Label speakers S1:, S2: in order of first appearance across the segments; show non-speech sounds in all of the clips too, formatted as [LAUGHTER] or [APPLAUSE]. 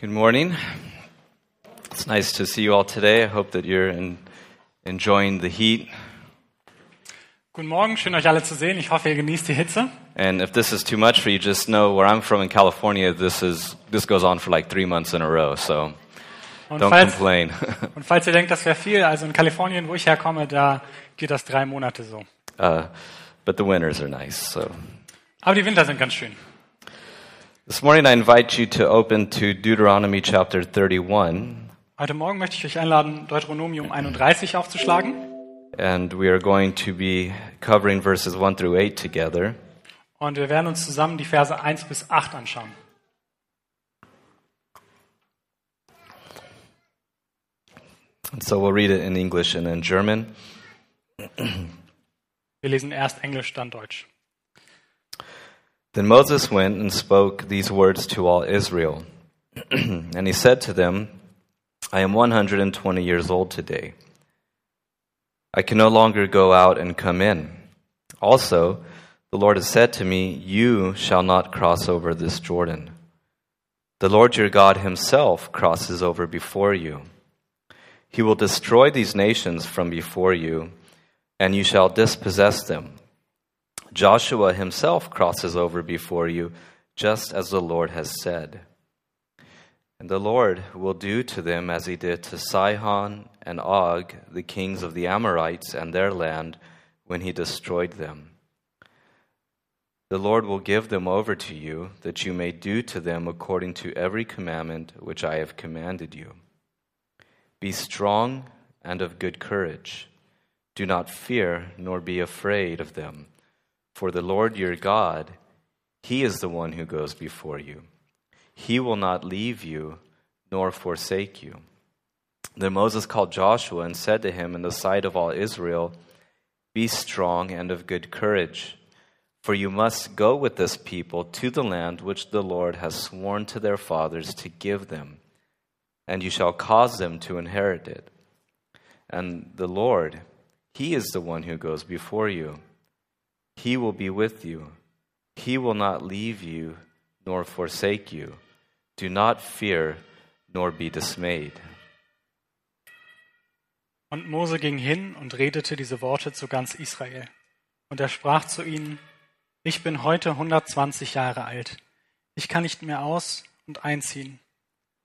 S1: Good morning. It's nice to see you all today. I hope that you're in, enjoying the heat.
S2: Guten Morgen, schön euch alle zu sehen. Ich hoffe, ihr genießt die Hitze.
S1: And if this is too much for you, just know where I'm from in California, this, is, this goes on for like three months in a row, so
S2: Und
S1: don't
S2: falls,
S1: complain. [LAUGHS]
S2: und falls ihr denkt, das wäre viel, also in Kalifornien, wo ich herkomme, da geht das drei Monate so.
S1: uh, but the winters are nice. So
S2: Aber die Winter sind ganz schön.
S1: this morning, I invite you to open to Deuteronomy chapter 31,
S2: Heute Morgen möchte ich euch einladen, Deuteronomium 31 aufzuschlagen.
S1: and we are going to be covering verses 1 through 8 together.
S2: Und wir werden uns zusammen die Verse 1 bis 8 anschauen.
S1: And so we'll read it in English and in German.
S2: Wir lesen erst Englisch, dann Deutsch.
S1: Then Moses went and spoke these words to all Israel. [CLEARS THROAT] and he said to them, I am 120 years old today. I can no longer go out and come in. Also, the Lord has said to me, You shall not cross over this Jordan. The Lord your God himself crosses over before you. He will destroy these nations from before you, and you shall dispossess them. Joshua himself crosses over before you, just as the Lord has said. And the Lord will do to them as he did to Sihon and Og, the kings of the Amorites and their land, when he destroyed them. The Lord will give them over to you, that you may do to them according to every commandment which I have commanded you. Be strong and of good courage. Do not fear nor be afraid of them. For the Lord your God, He is the one who goes before you. He will not leave you nor forsake you. Then Moses called Joshua and said to him in the sight of all Israel, Be strong and of good courage, for you must go with this people to the land which the Lord has sworn to their fathers to give them, and you shall cause them to inherit it. And the Lord, He is the one who goes before you. He will be with you. He will not leave you nor forsake you. Do not fear nor be dismayed.
S2: Und Mose ging hin und redete diese Worte zu ganz Israel. Und er sprach zu ihnen, ich bin heute 120 Jahre alt. Ich kann nicht mehr aus und einziehen.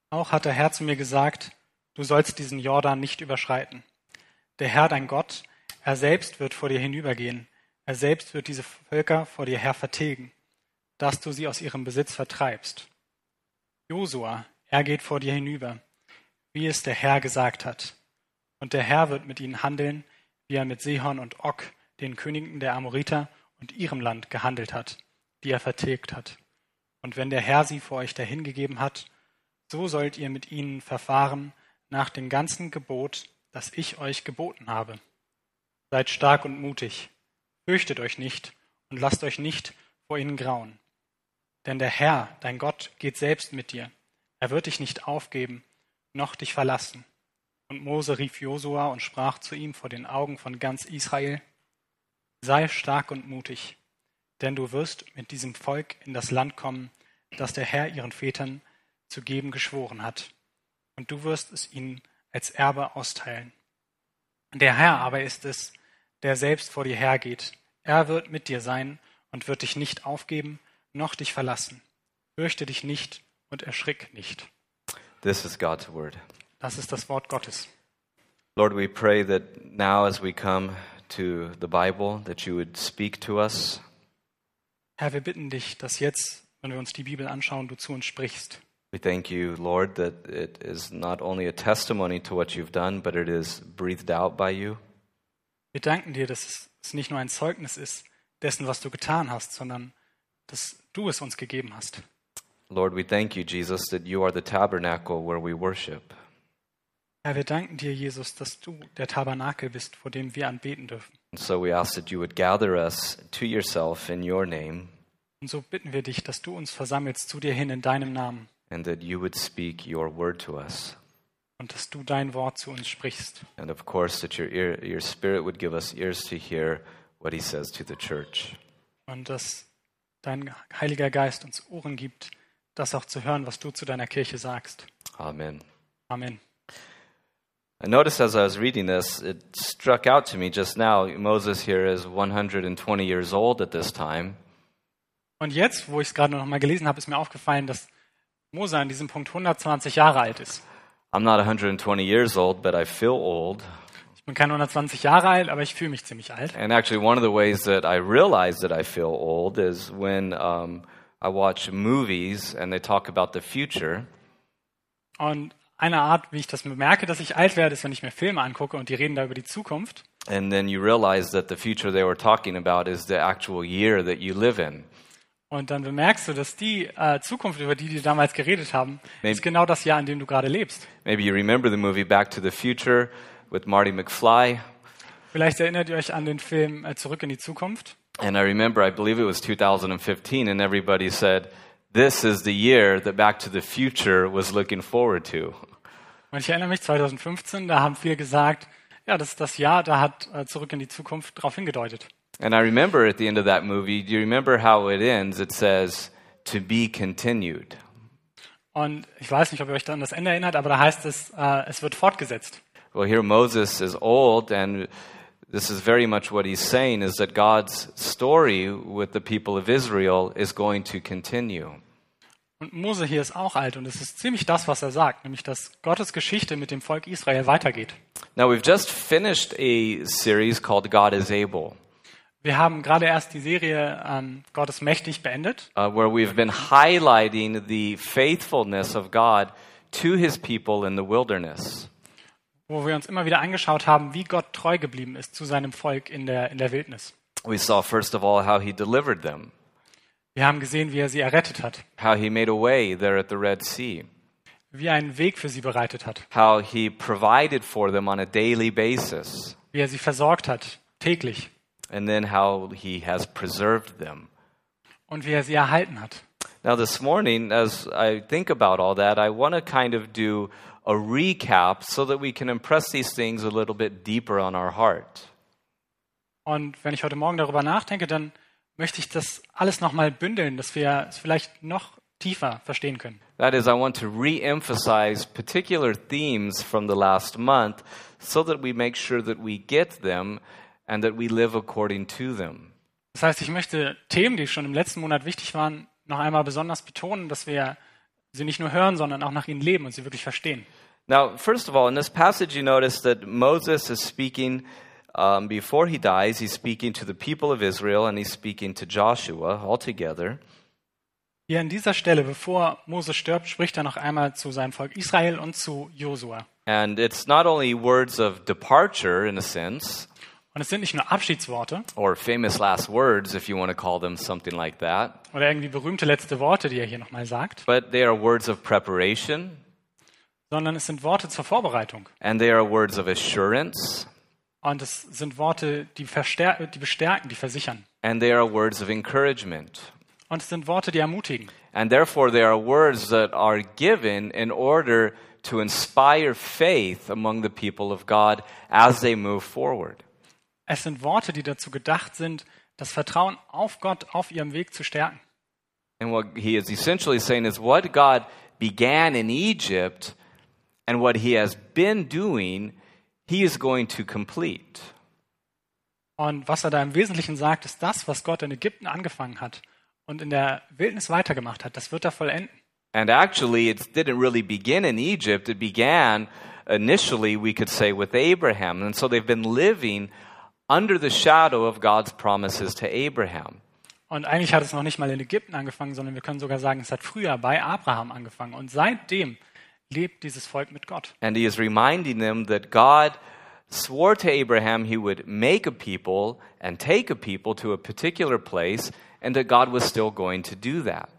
S2: Auch hat der Herr zu mir gesagt, du sollst diesen Jordan nicht überschreiten. Der Herr, dein Gott, er selbst wird vor dir hinübergehen. Er selbst wird diese Völker vor dir her vertilgen, dass du sie aus ihrem Besitz vertreibst. Josua, er geht vor dir hinüber, wie es der Herr gesagt hat. Und der Herr wird mit ihnen handeln, wie er mit Sehon und Og, den Königen der Amoriter und ihrem Land gehandelt hat, die er vertilgt hat. Und wenn der Herr sie vor euch dahingegeben hat, so sollt ihr mit ihnen verfahren nach dem ganzen Gebot, das ich euch geboten habe. Seid stark und mutig, fürchtet euch nicht und lasst euch nicht vor ihnen grauen. Denn der Herr, dein Gott, geht selbst mit dir. Er wird dich nicht aufgeben, noch dich verlassen. Und Mose rief Josua und sprach zu ihm vor den Augen von ganz Israel, Sei stark und mutig, denn du wirst mit diesem Volk in das Land kommen, das der Herr ihren Vätern zu geben geschworen hat, und du wirst es ihnen als Erbe austeilen. Der Herr aber ist es, der selbst vor dir hergeht. Er wird mit dir sein und wird dich nicht aufgeben, noch dich verlassen. Fürchte dich nicht und erschrick nicht.
S1: This is God's word.
S2: Das ist das Wort Gottes.
S1: Lord, we pray that now as we come to the Bible, that you would speak to us,
S2: Herr, wir bitten dich, dass jetzt, wenn wir uns die Bibel anschauen, du zu uns sprichst.
S1: We thank you, Lord, that it is not only a testimony to what you've done, but it is breathed out by you.
S2: Wir danken dir, dass es nicht nur ein Zeugnis ist dessen, was du getan hast, sondern dass du es uns gegeben hast.
S1: Lord, we thank you, Jesus, that you are the tabernacle where we worship.
S2: Herr, wir danken dir, Jesus, dass du der Tabernakel bist, vor dem wir anbeten dürfen.
S1: And so we ask that you would gather us to yourself in your name
S2: Und so bitten wir dich, dass du uns versammelst zu dir hin in deinem Namen
S1: and that you would speak your word to us.
S2: und dass du dein Wort zu uns sprichst.
S1: And of course, that your, ear, your spirit would give us ears to hear what he says to the church.
S2: Und dass dein Heiliger Geist uns Ohren gibt, das auch zu hören, was du zu deiner Kirche sagst.
S1: Amen.
S2: Amen.
S1: I noticed as I was reading this, it struck out to me just now. Moses here is 120 years old at this time,
S2: Und jetzt, wo ich es gerade noch mal gelesen habe, ist mir aufgefallen, dass Mose an diesem Punkt 120 Jahre alt ist.
S1: I'm not 120 years old, but I feel old.
S2: Ich bin keine 120 Jahre alt, aber ich fühle mich ziemlich alt.
S1: And actually, one of the ways that I realize that I feel old is when um, I watch movies and they talk about the future.
S2: Und eine Art, wie ich das bemerke, dass ich alt werde, ist, wenn ich mir Filme angucke und die reden da über die Zukunft.
S1: And then you realize that the future they were talking about is the actual year that you live in.
S2: Und dann bemerkst du, dass die äh, Zukunft, über die die damals geredet haben,
S1: Maybe-
S2: ist genau das Jahr, in dem du gerade lebst.
S1: Maybe you remember the movie Back to the Future with Marty McFly.
S2: Vielleicht erinnert ihr euch an den Film äh, Zurück in die Zukunft.
S1: And I remember, I believe it was 2015, and everybody said, This is the year that Back to the Future was looking forward to.
S2: Und ich erinnere mich, 2015, da haben viele gesagt, ja, das ist das Jahr, da hat äh, Zurück in die Zukunft darauf hingedeutet.
S1: And I remember at the end of that movie, do you remember how it ends? It says, To be continued.
S2: Und ich weiß nicht, ob ihr euch da an das Ende erinnert, aber da heißt es, äh, es wird fortgesetzt.
S1: Well, here Moses is old, and this is very much what he's saying is that God's story with the people of Israel is going to continue.
S2: Und Mose hier ist auch alt und es ist ziemlich das, was er sagt, nämlich dass Gottes Geschichte mit dem Volk Israel weitergeht.
S1: Now, we've just finished a series called God is Able,
S2: Wir haben gerade erst die Serie ähm, Gott ist mächtig beendet,
S1: uh, where we've been highlighting the faithfulness of God to his people in the wilderness.
S2: wo wir uns immer wieder angeschaut haben, wie Gott treu geblieben ist zu seinem Volk in der, in der Wildnis.
S1: We saw, first of all, how he delivered them,
S2: Wir haben gesehen, wie er sie errettet hat,
S1: how he made a way there at the Red Sea,
S2: wie er einen Weg für sie bereitet hat,
S1: how he provided for them on a daily basis.
S2: wie er sie versorgt hat, täglich
S1: and then how he has preserved them.
S2: und wie er sie erhalten hat.
S1: Now, this morning, as I think about all that, I want to kind of do a recap so that we can impress these things a little bit deeper on our heart.
S2: Und wenn ich heute Morgen darüber nachdenke, dann möchte ich das alles nochmal bündeln, dass wir es vielleicht noch tiefer verstehen können.
S1: That is, I want to re emphasize particular themes from the last month so that we make sure that we get them and that we live according to them.
S2: Das heißt, ich möchte Themen, die schon im letzten Monat wichtig waren, noch einmal besonders betonen, dass wir sie nicht nur hören, sondern auch nach ihnen leben und sie wirklich verstehen.
S1: Now, first of all, in this passage, you notice that Moses is speaking um, before he dies. He's speaking to the people of Israel and he's speaking to Joshua altogether.
S2: Hier an dieser Stelle, bevor Mose stirbt, spricht er noch einmal zu seinem Volk Israel und zu Josua.
S1: And it's not only words of departure, in a sense,
S2: Und es sind nicht nur Abschiedsworte
S1: or famous last words, if you want to call them something like that,
S2: oder irgendwie berühmte letzte Worte, die er hier nochmal sagt,
S1: but they are words of preparation
S2: sondern es sind Worte zur Vorbereitung.
S1: and they are words of assurance
S2: Und es sind Worte, die, verstär- die bestärken, die versichern.
S1: and they are words of encouragement.
S2: Und es sind Worte, die ermutigen.
S1: And therefore, they are words that are given in order to inspire faith among the people of God as they move forward.
S2: Es sind Worte, die dazu gedacht sind, das Vertrauen auf Gott auf ihrem Weg zu stärken.
S1: And what he is essentially saying is what God began in Egypt and what he has been doing, he is going to complete.
S2: Und was er da im Wesentlichen sagt, ist das, was Gott in Ägypten angefangen hat und in der Wildnis weitergemacht hat, das wird er vollenden.
S1: And actually, it didn't really begin in Egypt. It began initially, we could say, with Abraham. And so they've been living under the shadow of God's promises to Abraham.
S2: Und eigentlich hat es noch nicht mal in Ägypten angefangen, sondern wir können sogar sagen, es hat früher bei Abraham angefangen. Und seitdem lebt dieses Volk mit Gott.
S1: And he is reminding them that God swore to Abraham he would make a people and take a people to a particular place, and that God was still going to do that.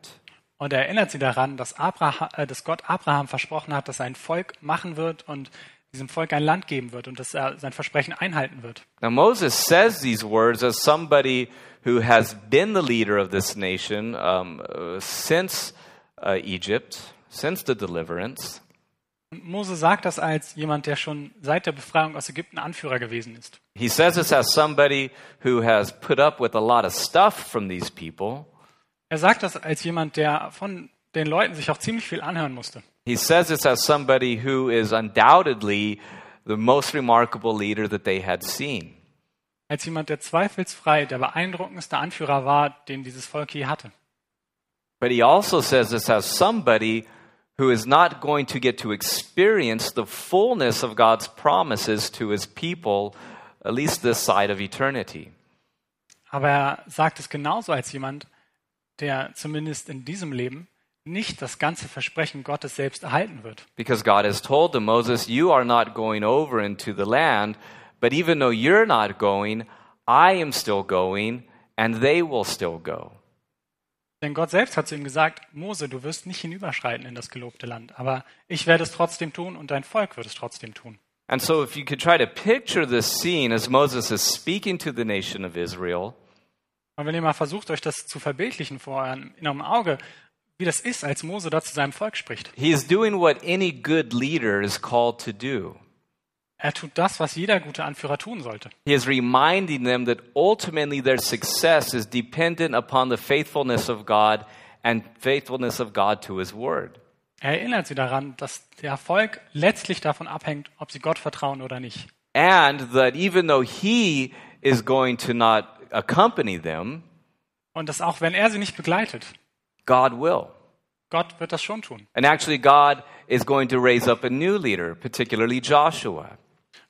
S2: Und er erinnert sie daran, dass, Abraha, äh, dass Gott Abraham versprochen hat, dass er ein Volk machen wird und diesem Volk ein Land geben wird und dass er sein Versprechen einhalten wird.
S1: Now, Moses says these words as somebody who has been the leader of this nation um, uh, since uh, Egypt, since the deliverance.
S2: Und Mose sagt das als jemand, der schon seit der Befreiung aus Ägypten Anführer gewesen ist.
S1: He says this as somebody who has put up with a lot of stuff from these people.
S2: Er sagt das als jemand, der von den Leuten sich auch ziemlich viel anhören musste.
S1: He says this as somebody who is undoubtedly the most remarkable leader that they had seen.
S2: Als jemand, der zweifelsfrei der beeindruckendste Anführer war, den dieses Volk je hatte.
S1: But he also says this as somebody who is not going to get to experience the fullness of God's promises to his people, at least this side of eternity.
S2: Aber er sagt es genauso als jemand, der zumindest in diesem Leben nicht das ganze Versprechen Gottes selbst erhalten wird.
S1: Because God has told to Moses, You are not going over into the land, but even though you're not going, I am still going, and they will still go.
S2: Denn Gott selbst hat zu ihm gesagt, Mose, du wirst nicht hinüberschreiten in das gelobte Land, aber ich werde es trotzdem tun und dein Volk wird es trotzdem tun.
S1: And so, if you could try to picture this scene as Moses is speaking to the nation of Israel,
S2: Und wenn ihr mal versucht, euch das zu verbildlichen vor eurem inneren Auge, wie das ist, als Mose da zu seinem Volk spricht.
S1: he is doing what any good leader is called to do.
S2: Er tut das, was jeder gute Anführer tun sollte.
S1: He is reminding them that ultimately their success is dependent upon the faithfulness of God and faithfulness of God to his word.
S2: Er erinnert sie daran, dass der Erfolg letztlich davon abhängt, ob sie Gott vertrauen oder nicht.
S1: And that even though he is going to not accompany them,
S2: Und dass auch wenn er sie nicht begleitet,
S1: God will.
S2: Gott wird das schon tun.
S1: And actually, God is going to raise up a new leader, particularly Joshua.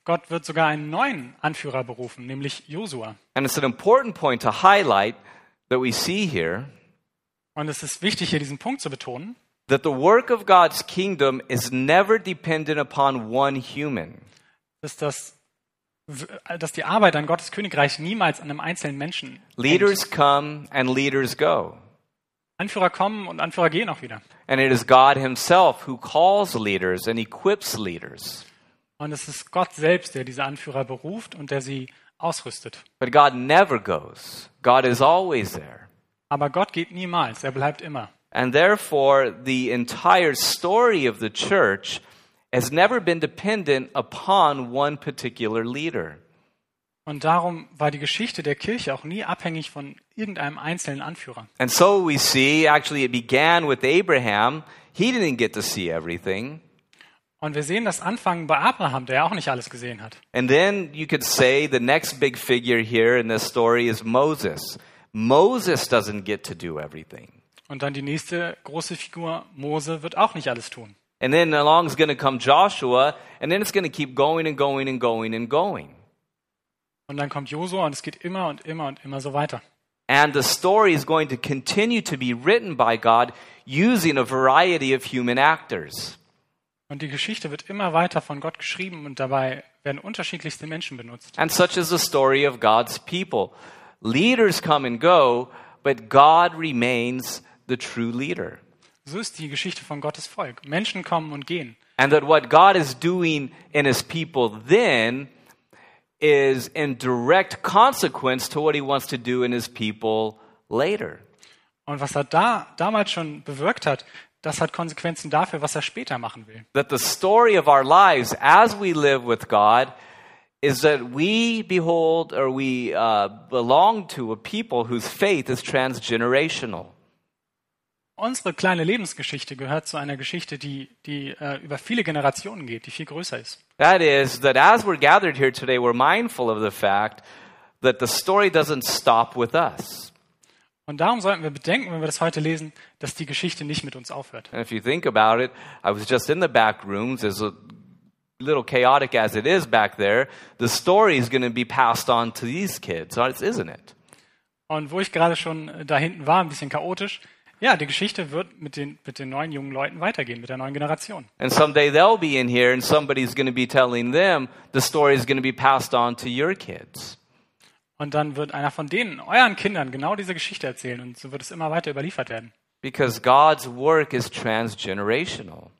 S2: Gott wird sogar einen neuen Anführer berufen, nämlich Josua.
S1: And it's an important point to highlight that we see here
S2: Und es ist wichtig, hier diesen Punkt zu betonen,
S1: that the work of God's kingdom is never dependent upon one human.
S2: dass, das, äh, dass die Arbeit an Gottes Königreich niemals an einem einzelnen Menschen
S1: Leaders come and leaders go.
S2: Anführer kommen und Anführer gehen auch wieder.
S1: And it is God Himself who calls leaders and equips leaders.
S2: Und es ist Gott selbst, der diese Anführer beruft und der sie ausrüstet.
S1: But God never goes, God is always there.
S2: Aber Gott geht niemals, er bleibt immer.
S1: And therefore, the entire story of the church has never been dependent upon one particular leader.
S2: Und darum war die Geschichte der Kirche auch nie abhängig von irgendeinem einzelnen Anführer.
S1: And so we see, actually, it began with Abraham. He didn't get to see everything.
S2: Und wir sehen das Anfangen bei Abraham, der ja auch nicht alles gesehen hat.
S1: And then you could say the next big figure here in this story is Moses. Moses doesn't get to do everything.
S2: Und dann die nächste große Figur, Mose, wird auch nicht alles tun.
S1: And then along is going to come Joshua, and then it's going to keep going and going and going and going.
S2: Und dann kommt Josua und es geht immer und immer und immer so weiter.
S1: And the story is going to continue to be written by God using a variety of human actors.
S2: Und die Geschichte wird immer weiter von Gott geschrieben und dabei werden unterschiedlichste Menschen benutzt.
S1: And such is the story of God's people. Leaders come and go, but God remains the true leader.
S2: So ist die Geschichte von Gottes Volk. Menschen kommen und gehen.
S1: And that what God is doing in his people then is in direct consequence to what he wants to do in his people later.
S2: Und was er da damals schon bewirkt hat, das hat Konsequenzen dafür, was er später machen will.
S1: that the story of our lives as we live with God is that we behold or we uh, belong to a people whose faith is transgenerational.
S2: Unsere kleine Lebensgeschichte gehört zu einer Geschichte, die, die äh, über viele Generationen geht, die viel größer ist.
S1: That is, that as we're gathered here today, we're mindful of the fact that the story doesn't stop with us.
S2: Und darum sollten wir bedenken, wenn wir das heute lesen, dass die Geschichte nicht mit uns aufhört.
S1: And if you think about it, I was just in the back rooms, as a little chaotic as it is back there, the story is going to be passed on to these kids, uh, isn't it?
S2: Und wo ich gerade schon äh, da hinten war, ein bisschen chaotisch, ja, die Geschichte wird mit den, mit den neuen jungen Leuten weitergehen, mit der neuen Generation.
S1: And someday they'll be in here and somebody's going to be telling them the story is going to be passed on to your kids.
S2: Und dann wird einer von denen, euren Kindern, genau diese Geschichte erzählen und so wird es immer weiter überliefert werden.
S1: Because God's work is transgenerational.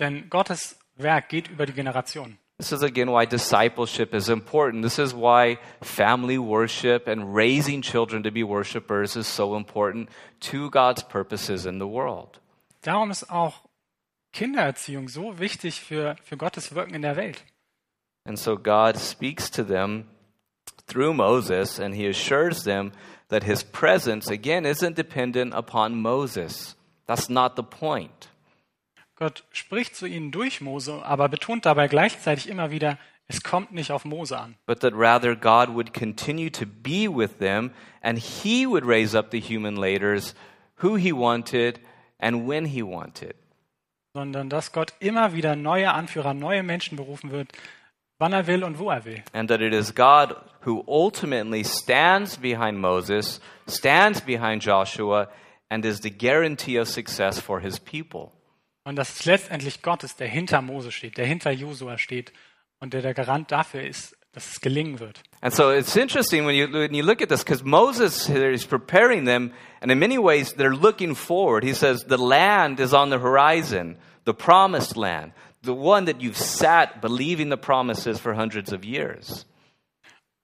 S2: Denn Gottes Werk geht über die Generation.
S1: This is again why discipleship is important. This is why family worship and raising children to be worshipers is so important to God's purposes in the world.
S2: Darum ist auch Kindererziehung so wichtig für, für Gottes Wirken in der Welt.
S1: And so God speaks to them through Moses and he assures them that his presence, again, isn't dependent upon Moses, That's not the point.
S2: Gott spricht zu ihnen durch Mose, aber betont dabei gleichzeitig immer wieder, es kommt nicht auf Mose an,
S1: but that rather God would continue to be with them and he would raise up the human leaders who he wanted and when he wanted.
S2: sondern dass Gott immer wieder neue Anführer, neue Menschen berufen wird, wann er will und wo er will.
S1: And that it is God who ultimately stands behind Moses, stands behind Joshua, and is the guarantee of success for his people.
S2: Und dass es letztendlich Gott ist, der hinter Mose steht, der hinter Josua steht und der der Garant dafür ist, dass es gelingen wird.
S1: And so it's interesting when you, when you look at this because Moses here is preparing them, and in many ways they're looking forward. He says, The land is on the horizon, the promised land, the one that you've sat believing the promises for hundreds of years.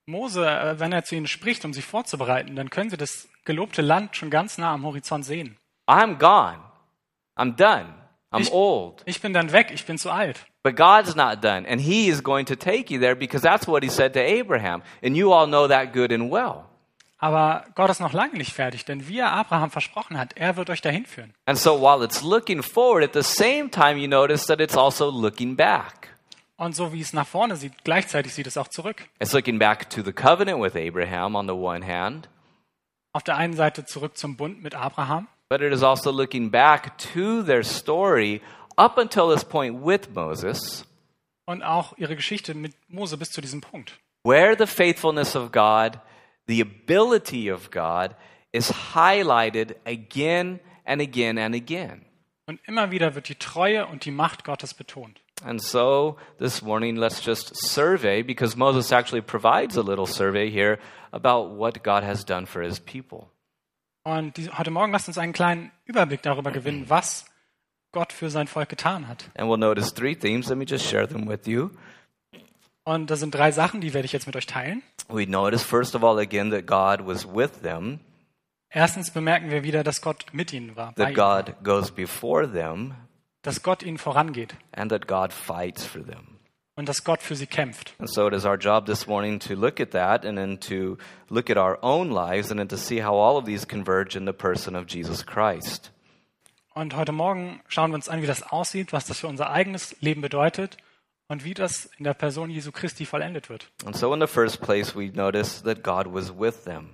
S2: Mose, äh, wenn er zu ihnen spricht, um sie vorzubereiten, dann können sie das gelobte Land schon ganz nah am Horizont sehen.
S1: I'm gone. I'm done. I'm
S2: Ich-
S1: old.
S2: Ich bin dann weg, ich bin zu alt.
S1: But God's not done, and He is going to take you there because that's what He said to Abraham. And you all know that good and well.
S2: Aber Gott ist noch lange nicht fertig, denn wie er Abraham versprochen hat, er wird euch dahin führen.
S1: And so while it's looking forward, at the same time, you notice that it's also looking back.
S2: Und so wie es nach vorne sieht, gleichzeitig sieht es auch zurück.
S1: It's looking back to the covenant with Abraham on the one hand,
S2: Auf der einen Seite zurück zum Bund mit Abraham,
S1: but it is also looking back to their story up until this point with Moses,
S2: und auch ihre Geschichte mit Mose bis zu diesem Punkt.
S1: where the faithfulness of God, the ability of God, is highlighted again and again and again.
S2: Und immer wieder wird die Treue und die Macht Gottes betont.
S1: And so this morning, let's just survey, because Moses actually provides a little survey here about what God has done for his people.
S2: Und die, heute Morgen lasst uns einen kleinen Überblick darüber gewinnen, was Gott für sein Volk getan hat.
S1: And we'll notice three themes. Let me just share them with you.
S2: Und das sind drei Sachen, die werde ich jetzt mit euch teilen.
S1: We notice, first of all, again, that God was with them,
S2: Erstens bemerken wir wieder, dass Gott mit ihnen war, bei
S1: that
S2: ihnen,
S1: God goes before them,
S2: dass Gott ihnen vorangeht
S1: and that God fights for them.
S2: und dass Gott für sie kämpft.
S1: And so it is our job this morning to look at that and then to look at our own lives and then to see how all of these converge in the person of Jesus Christ.
S2: Und heute Morgen schauen wir uns an, wie das aussieht, was das für unser eigenes Leben bedeutet und wie das in der Person Jesu Christi vollendet wird.
S1: And so, in the first place, we notice that God was with them.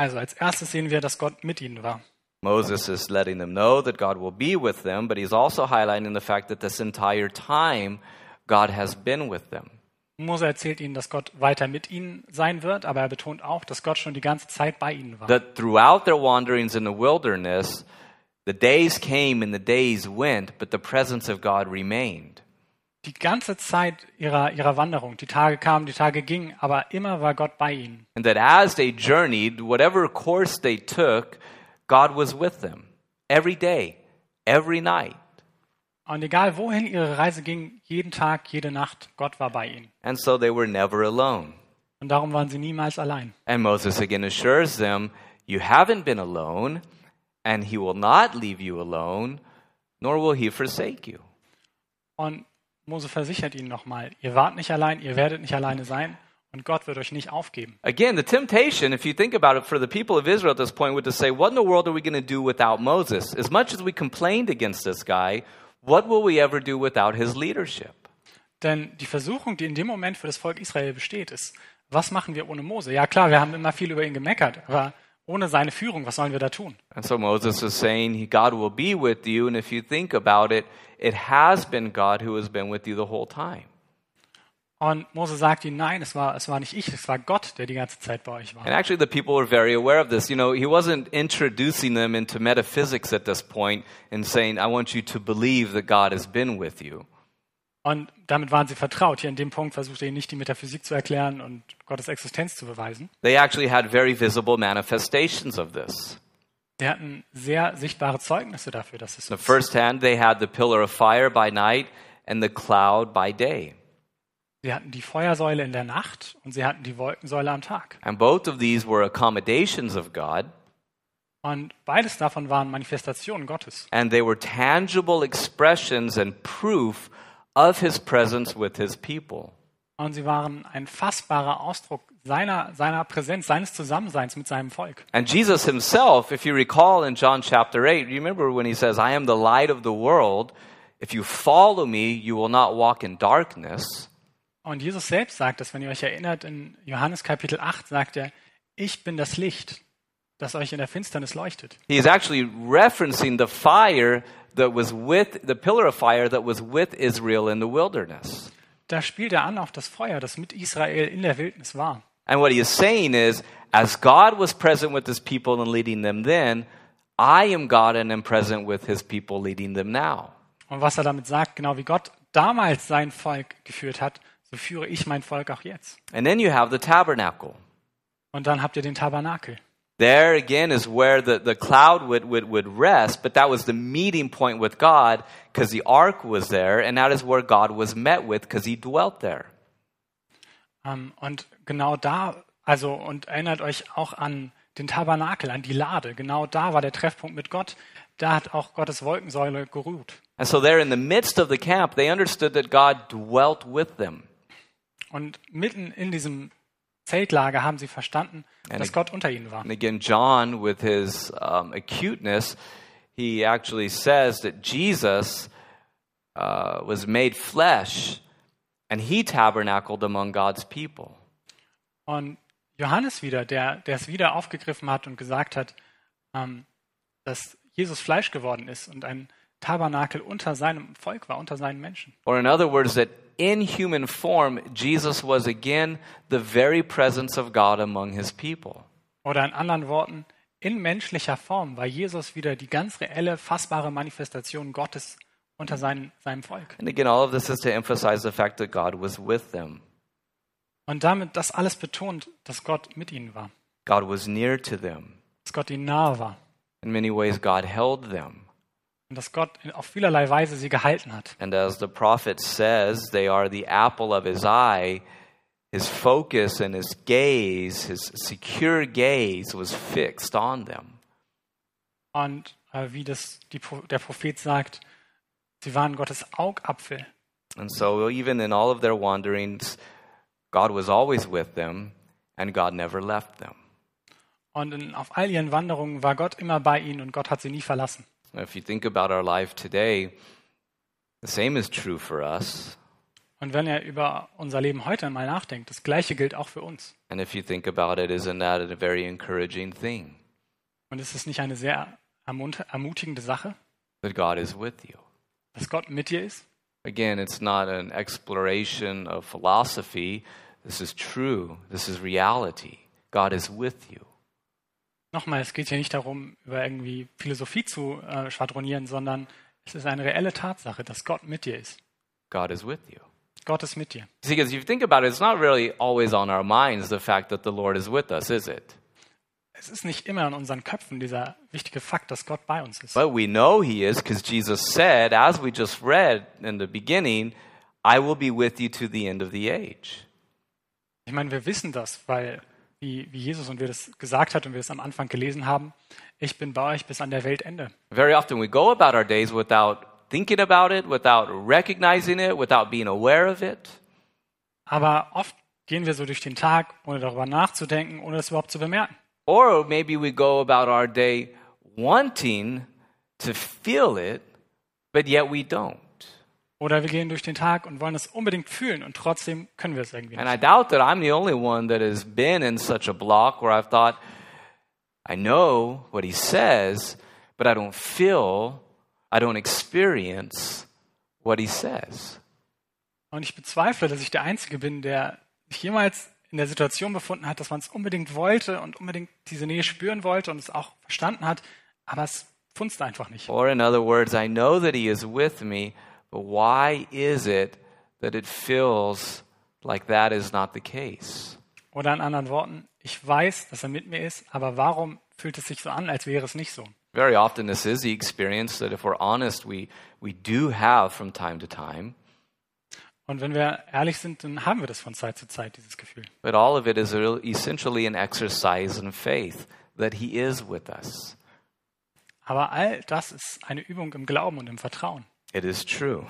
S2: Also als erstes sehen wir, dass Gott mit ihnen war.
S1: Moses is letting them know that God will be with them, but he's also highlighting the fact that this entire time, God has been with them.
S2: Mose erzählt ihnen, dass Gott weiter mit ihnen sein wird, aber er betont auch, dass Gott schon die ganze Zeit bei ihnen war.
S1: That throughout their wanderings in the wilderness, the days came and the days went, but the presence of God remained.
S2: Die ganze Zeit ihrer, ihrer Wanderung. Die Tage kamen, die Tage gingen, aber immer war Gott bei ihnen.
S1: And that as they journeyed, whatever course they took, God was with them every day, every night.
S2: Und egal wohin ihre Reise ging, jeden Tag, jede Nacht, Gott war bei ihnen.
S1: And so they were never alone.
S2: Und darum waren sie niemals allein.
S1: And Moses again assures them, You haven't been alone, and he will not leave you alone, nor will he forsake you.
S2: Und Mose versichert ihnen nochmal, ihr wart nicht allein, ihr werdet nicht alleine sein und Gott wird euch nicht aufgeben.
S1: Again, the temptation, if you think about it, for the people of Israel at this point would to say, What in the world are we going to do without Moses? As much as we complained against this guy, what will we ever do without his leadership?
S2: Denn die Versuchung, die in dem Moment für das Volk Israel besteht, ist, was machen wir ohne Mose? Ja klar, wir haben immer viel über ihn gemeckert, aber ohne seine Führung, was sollen wir da tun?
S1: And so Moses is saying, God will be with you. And if you think about it, it has been God who has been with you the whole time.
S2: Und Mose sagt ihnen, nein, es war, es war nicht ich, es war Gott, der die ganze Zeit bei euch war.
S1: And actually, the people were very aware of this. You know, he wasn't introducing them into metaphysics at this point and saying, I want you to believe that God has been with you.
S2: Und damit waren sie vertraut. Hier in dem Punkt versucht er ihnen nicht die Metaphysik zu erklären und Gottes Existenz zu beweisen.
S1: They actually had very visible manifestations of this.
S2: Sie hatten sehr sichtbare Zeugnisse dafür, dass es so
S1: The
S2: ist.
S1: first hand, they had the pillar of fire by night and the cloud by day.
S2: Sie hatten die Feuersäule in der Nacht und sie hatten die Wolkensäule am Tag.
S1: And both of these were accommodations of God,
S2: Und beides davon waren Manifestationen Gottes.
S1: and they were tangible expressions and proof of his presence with his people.
S2: Und sie waren ein fassbarer Ausdruck seiner, seiner Präsenz, seines Zusammenseins mit seinem Volk.
S1: And Jesus himself, if you recall in John chapter 8, you remember when he says, I am the light of the world. If you follow me, you will not walk in darkness.
S2: Und Jesus selbst sagt es, wenn ihr euch erinnert, in Johannes Kapitel 8 sagt er, ich bin das Licht, das euch in der Finsternis leuchtet.
S1: He's actually referencing the fire that was with, the pillar of fire that was with Israel in the wilderness.
S2: Da spielt er an auf das Feuer, das mit Israel in der Wildnis war.
S1: And what he is saying is, as God was present with his people and leading them then, I am God and am present with his people leading them now.
S2: Und was er damit sagt, genau wie Gott damals sein Volk geführt hat, so führe ich mein Volk auch jetzt.
S1: And then you have the tabernacle.
S2: Und dann habt ihr den Tabernakel.
S1: There again is where the, the cloud would, would, would rest, but that was the meeting point with God because the ark was there, and that is where God was met with because he dwelt there.
S2: Ähm, und genau da, also, und erinnert euch auch an den Tabernakel, an die Lade. Genau da war der Treffpunkt mit Gott. Da hat auch Gottes Wolkensäule geruht.
S1: And so, there in the midst of the camp, they understood that God dwelt with them.
S2: Und mitten in diesem Zeltlager haben sie verstanden, dass Gott unter ihnen war.
S1: And again, John, with his um, acuteness, he actually says that Jesus uh, was made flesh and he tabernacled among God's people.
S2: Und Johannes wieder, der, der es wieder aufgegriffen hat und gesagt hat, ähm, dass Jesus Fleisch geworden ist und ein Tabernakel unter seinem Volk war, unter seinen Menschen.
S1: Or, in other words, that in human form, Jesus was again the very presence of God among his people.
S2: Oder in anderen Worten, in menschlicher Form war Jesus wieder die ganz reelle, fassbare Manifestation Gottes unter seinen, seinem Volk.
S1: And again, all of this is to emphasize the fact that God was with them,
S2: Und damit das alles betont, dass Gott mit ihnen war,
S1: God was near to them.
S2: dass Gott ihnen nahe war
S1: In many ways, God held them.
S2: und dass Gott in- auf vielerlei Weise sie gehalten hat.
S1: And as the prophet says, they are the apple of his eye. His focus and his gaze, his secure gaze, was fixed on them.
S2: Und äh, wie das die, Pro- der Prophet sagt, sie waren Gottes Augapfel.
S1: And so, even in all of their wanderings, God was always with them, and God never left them.
S2: Und in, auf all ihren Wanderungen war Gott immer bei ihnen und Gott hat sie nie verlassen.
S1: Now, If you think about our life today, the same is true for us.
S2: Und wenn er über unser Leben heute mal nachdenkt, das Gleiche gilt auch für uns.
S1: And if you think about it, isn't that a very encouraging thing?
S2: Und ist es nicht eine sehr ermunt- ermutigende Sache,
S1: That God is with you.
S2: dass Gott mit dir ist?
S1: Again, it's not an exploration of philosophy. This is true. This is reality. God is with you.
S2: Nochmal, es geht hier nicht darum, über irgendwie Philosophie zu äh, schwadronieren, sondern es ist eine reelle Tatsache, dass Gott mit dir ist.
S1: God is with you.
S2: Gott ist mit dir.
S1: See, because if you think about it, it's not really always on our minds the fact that the Lord is with us, is it?
S2: Es ist nicht immer in unseren Köpfen dieser wichtige Fakt, dass Gott bei uns ist.
S1: But we know He is because Jesus said, as we just read in the beginning, I will be with you to the end of the age.
S2: Ich meine, wir wissen das, weil wie, wie Jesus und wir das gesagt hat und wir es am Anfang gelesen haben, ich bin bei euch bis an der Weltende.
S1: Very often we go about our days without thinking about it, without recognizing it, without being aware of it.
S2: Aber oft gehen wir so durch den Tag, ohne darüber nachzudenken, ohne das überhaupt zu bemerken.
S1: Or maybe we go about our day wanting to feel it, but yet we don't.
S2: Oder wir gehen durch den Tag und wollen es unbedingt fühlen und trotzdem können wir es irgendwie
S1: And
S2: nicht.
S1: I doubt that I'm the only one that has been in such a block where I've thought, I know what he says, but I don't feel, I don't experience what he says.
S2: Und ich bezweifle, dass ich der Einzige bin, der sich jemals in der Situation befunden hat, dass man es unbedingt wollte und unbedingt diese Nähe spüren wollte und es auch verstanden hat, aber es funzt einfach nicht.
S1: Or, in other words, I know that he is with me, but why is it that it feels like that is not the case?
S2: Oder in anderen Worten, ich weiß, dass er mit mir ist, aber warum fühlt es sich so an, als wäre es nicht so?
S1: Very often, this is the experience that, if we're honest, we, we do have from time to time,
S2: Und wenn wir ehrlich sind, dann haben wir das von Zeit zu Zeit, dieses Gefühl.
S1: but all of it is real- essentially an exercise in faith that He is with us.
S2: Aber all das ist eine Übung im Glauben und im Vertrauen.
S1: It is true.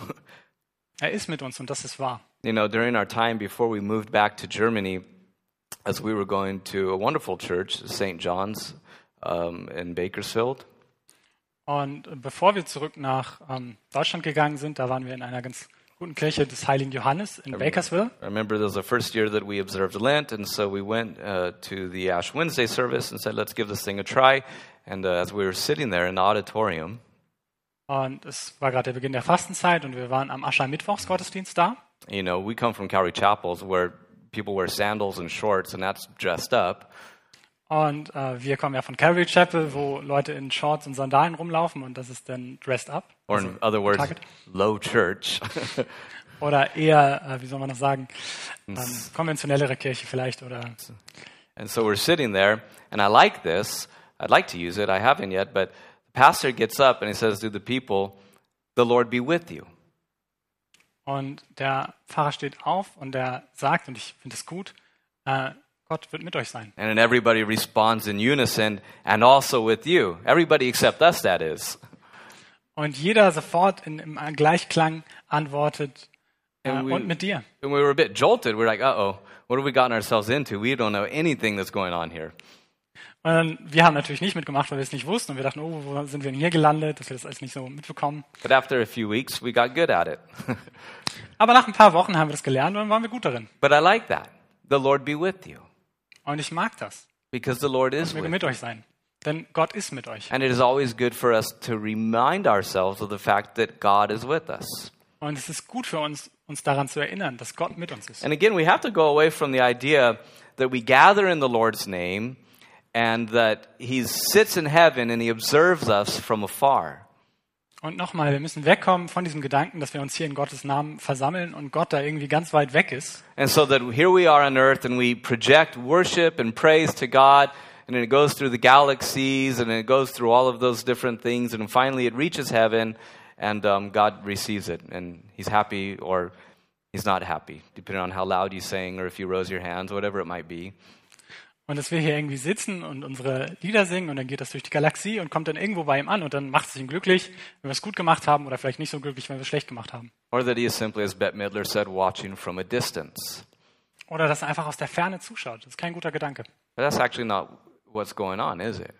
S1: [LAUGHS]
S2: Er ist mit uns und das ist wahr.
S1: You know, during our time before we moved back to Germany, as we were going to a wonderful church, St. John's um, in Bakersfield,
S2: Und bevor wir zurück nach ähm, Deutschland gegangen sind, da waren wir in einer ganz guten Kirche des Heiligen Johannes in Bakersville.
S1: I remember that was the first year that we observed Lent, and so we went uh, to the Ash Wednesday service and said, let's give this thing a try. And uh, as we were sitting there in the auditorium,
S2: Und es war gerade der Beginn der Fastenzeit und wir waren am Aschermittwochsgottesdienst da.
S1: you know, we come from Calvary Chapels where people wear sandals and shorts, and that's dressed up.
S2: Und äh, wir kommen ja von Calvary Chapel, wo Leute in Shorts und Sandalen rumlaufen und das ist dann dressed up.
S1: Or, in other words,
S2: target.
S1: low church. [LAUGHS]
S2: Also, Oder eher, äh, wie soll man das sagen, ähm, konventionellere Kirche vielleicht oder
S1: and so we're sitting there, and I like this. I'd like to use it. I haven't yet, but the pastor gets up and he says to the people, The Lord be with you.
S2: Und der Pfarrer steht auf und er sagt, und ich finde es gut, äh, Gott wird mit euch sein.
S1: And then everybody responds in unison, and also with you. Everybody except us, that is.
S2: Und jeder sofort in, im Gleichklang antwortet, äh,
S1: And we-
S2: und mit dir.
S1: And we were a bit jolted. We're like, uh oh, what have we gotten ourselves into? We don't know anything that's going on here.
S2: Und dann, wir haben natürlich nicht mitgemacht, weil wir es nicht wussten. Und wir dachten, oh, wo sind wir denn hier gelandet, dass wir das alles nicht so mitbekommen.
S1: But after a few weeks, we got good at it. [LAUGHS]
S2: Aber nach ein paar Wochen haben wir das gelernt und dann waren wir gut darin.
S1: but I like that. The Lord be with you,
S2: Und ich mag das.
S1: because the Lord is
S2: Ich möge
S1: with you.
S2: mit euch sein. Denn Gott ist mit euch.
S1: And it is always good for us to remind ourselves of the fact that God is with us.
S2: Und es ist gut für uns, uns daran zu erinnern, dass Gott mit uns ist.
S1: And again, we have to go away from the idea that we gather in the Lord's name and that He sits in heaven and He observes us from afar.
S2: Und nochmal, wir müssen wegkommen von diesem Gedanken, dass wir uns hier in Gottes Namen versammeln und Gott da irgendwie ganz weit weg ist.
S1: And so that here we are on earth and we project worship and praise to God. And it goes through the galaxies and it goes through all of those different things. And finally it reaches heaven and um, God receives it. And he's happy or he's not happy, depending on how loud you sang or if you rose your hands, whatever it might be.
S2: Und dass wir hier irgendwie sitzen und unsere Lieder singen und dann geht das durch die Galaxie und kommt dann irgendwo bei ihm an und dann macht es ihn glücklich, wenn wir es gut gemacht haben oder vielleicht nicht so glücklich, wenn wir es schlecht gemacht haben.
S1: Or that he is simply, as Bette Midler said, watching from a distance.
S2: Oder dass er einfach aus der Ferne zuschaut. Das ist kein guter Gedanke.
S1: But that's actually not what's going on, is it?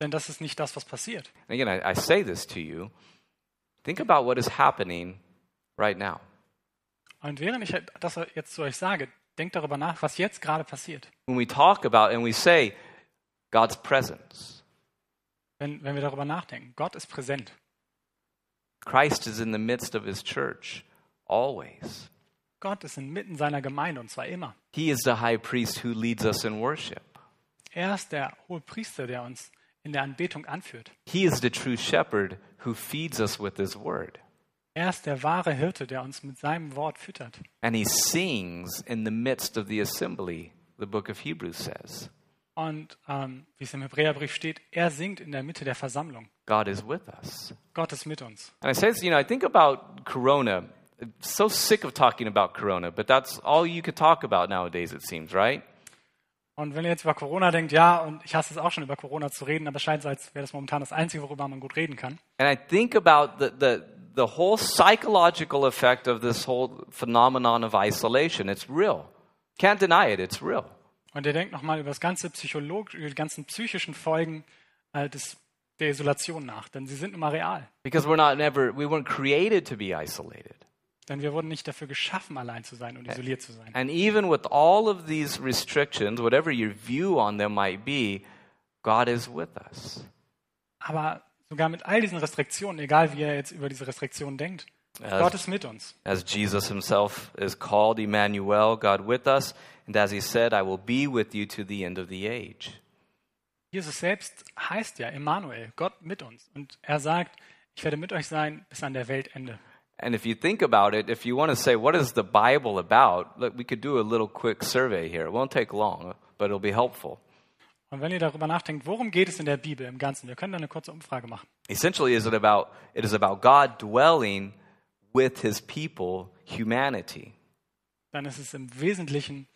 S2: Denn das ist nicht das, was passiert.
S1: And again, I, I say this to you. Think about what is happening right now.
S2: Und während ich das jetzt zu euch sage, denkt darüber nach, was jetzt gerade passiert.
S1: when we talk about and we say God's presence,
S2: Wenn, wenn wir darüber nachdenken. Gott ist präsent.
S1: Christ is in the midst of his church always.
S2: Gott ist inmitten seiner Gemeinde und zwar immer.
S1: He is the high priest who leads us in worship.
S2: Er ist der hohe Priester, der uns in der Anbetung anführt.
S1: He is the true shepherd who feeds us with his word.
S2: Er ist der wahre Hirte, der uns mit seinem Wort füttert.
S1: And he sings in the midst of the assembly, the book of Hebrews says.
S2: Und ähm, wie es im Hebräerbrief steht, er singt in der Mitte der Versammlung.
S1: God is with us.
S2: Gott ist mit uns.
S1: And I say this, you know, I think about Corona. I'm so sick of talking about Corona, but that's all you could talk about nowadays, it seems, right?
S2: Und wenn ihr jetzt über Corona denkt, ja, und ich hasse es auch schon, über Corona zu reden, aber es scheint so, als wäre das momentan das Einzige, worüber man gut reden kann.
S1: And I think about the, the, the whole psychological effect of this whole phenomenon of isolation. It's real. Can't deny it, it's real.
S2: Und ihr denkt nochmal über das ganze Psycholog, über die ganzen psychischen Folgen äh, des, der Isolation nach, denn sie sind nun mal real.
S1: Because we're not never, we weren't created to be isolated.
S2: Denn wir wurden nicht dafür geschaffen, allein zu sein
S1: Äh.
S2: und isoliert zu sein.
S1: And even with all of these restrictions, whatever your view on them might be, God is with us.
S2: Aber sogar mit all diesen Restriktionen, egal wie ihr jetzt über diese Restriktionen denkt,
S1: Ja,
S2: Gott
S1: das-
S2: ist mit uns.
S1: As Jesus himself is called Emmanuel, God with us. And as he said, I will be with you to the end of the age.
S2: Jesus selbst heißt ja Emmanuel, Gott mit uns. Und er sagt, ich werde mit euch sein bis an der Weltende.
S1: And if you think about it, if you want to say, what is the Bible about? Look, we could do a little quick survey here. It won't take long, but it'll be helpful.
S2: Und wenn ihr darüber nachdenkt, worum geht es in der Bibel im Ganzen? Wir können da eine kurze Umfrage machen.
S1: Essentially, is it, about, it is about God dwelling with his people, humanity.
S2: Dann ist es im Wesentlichen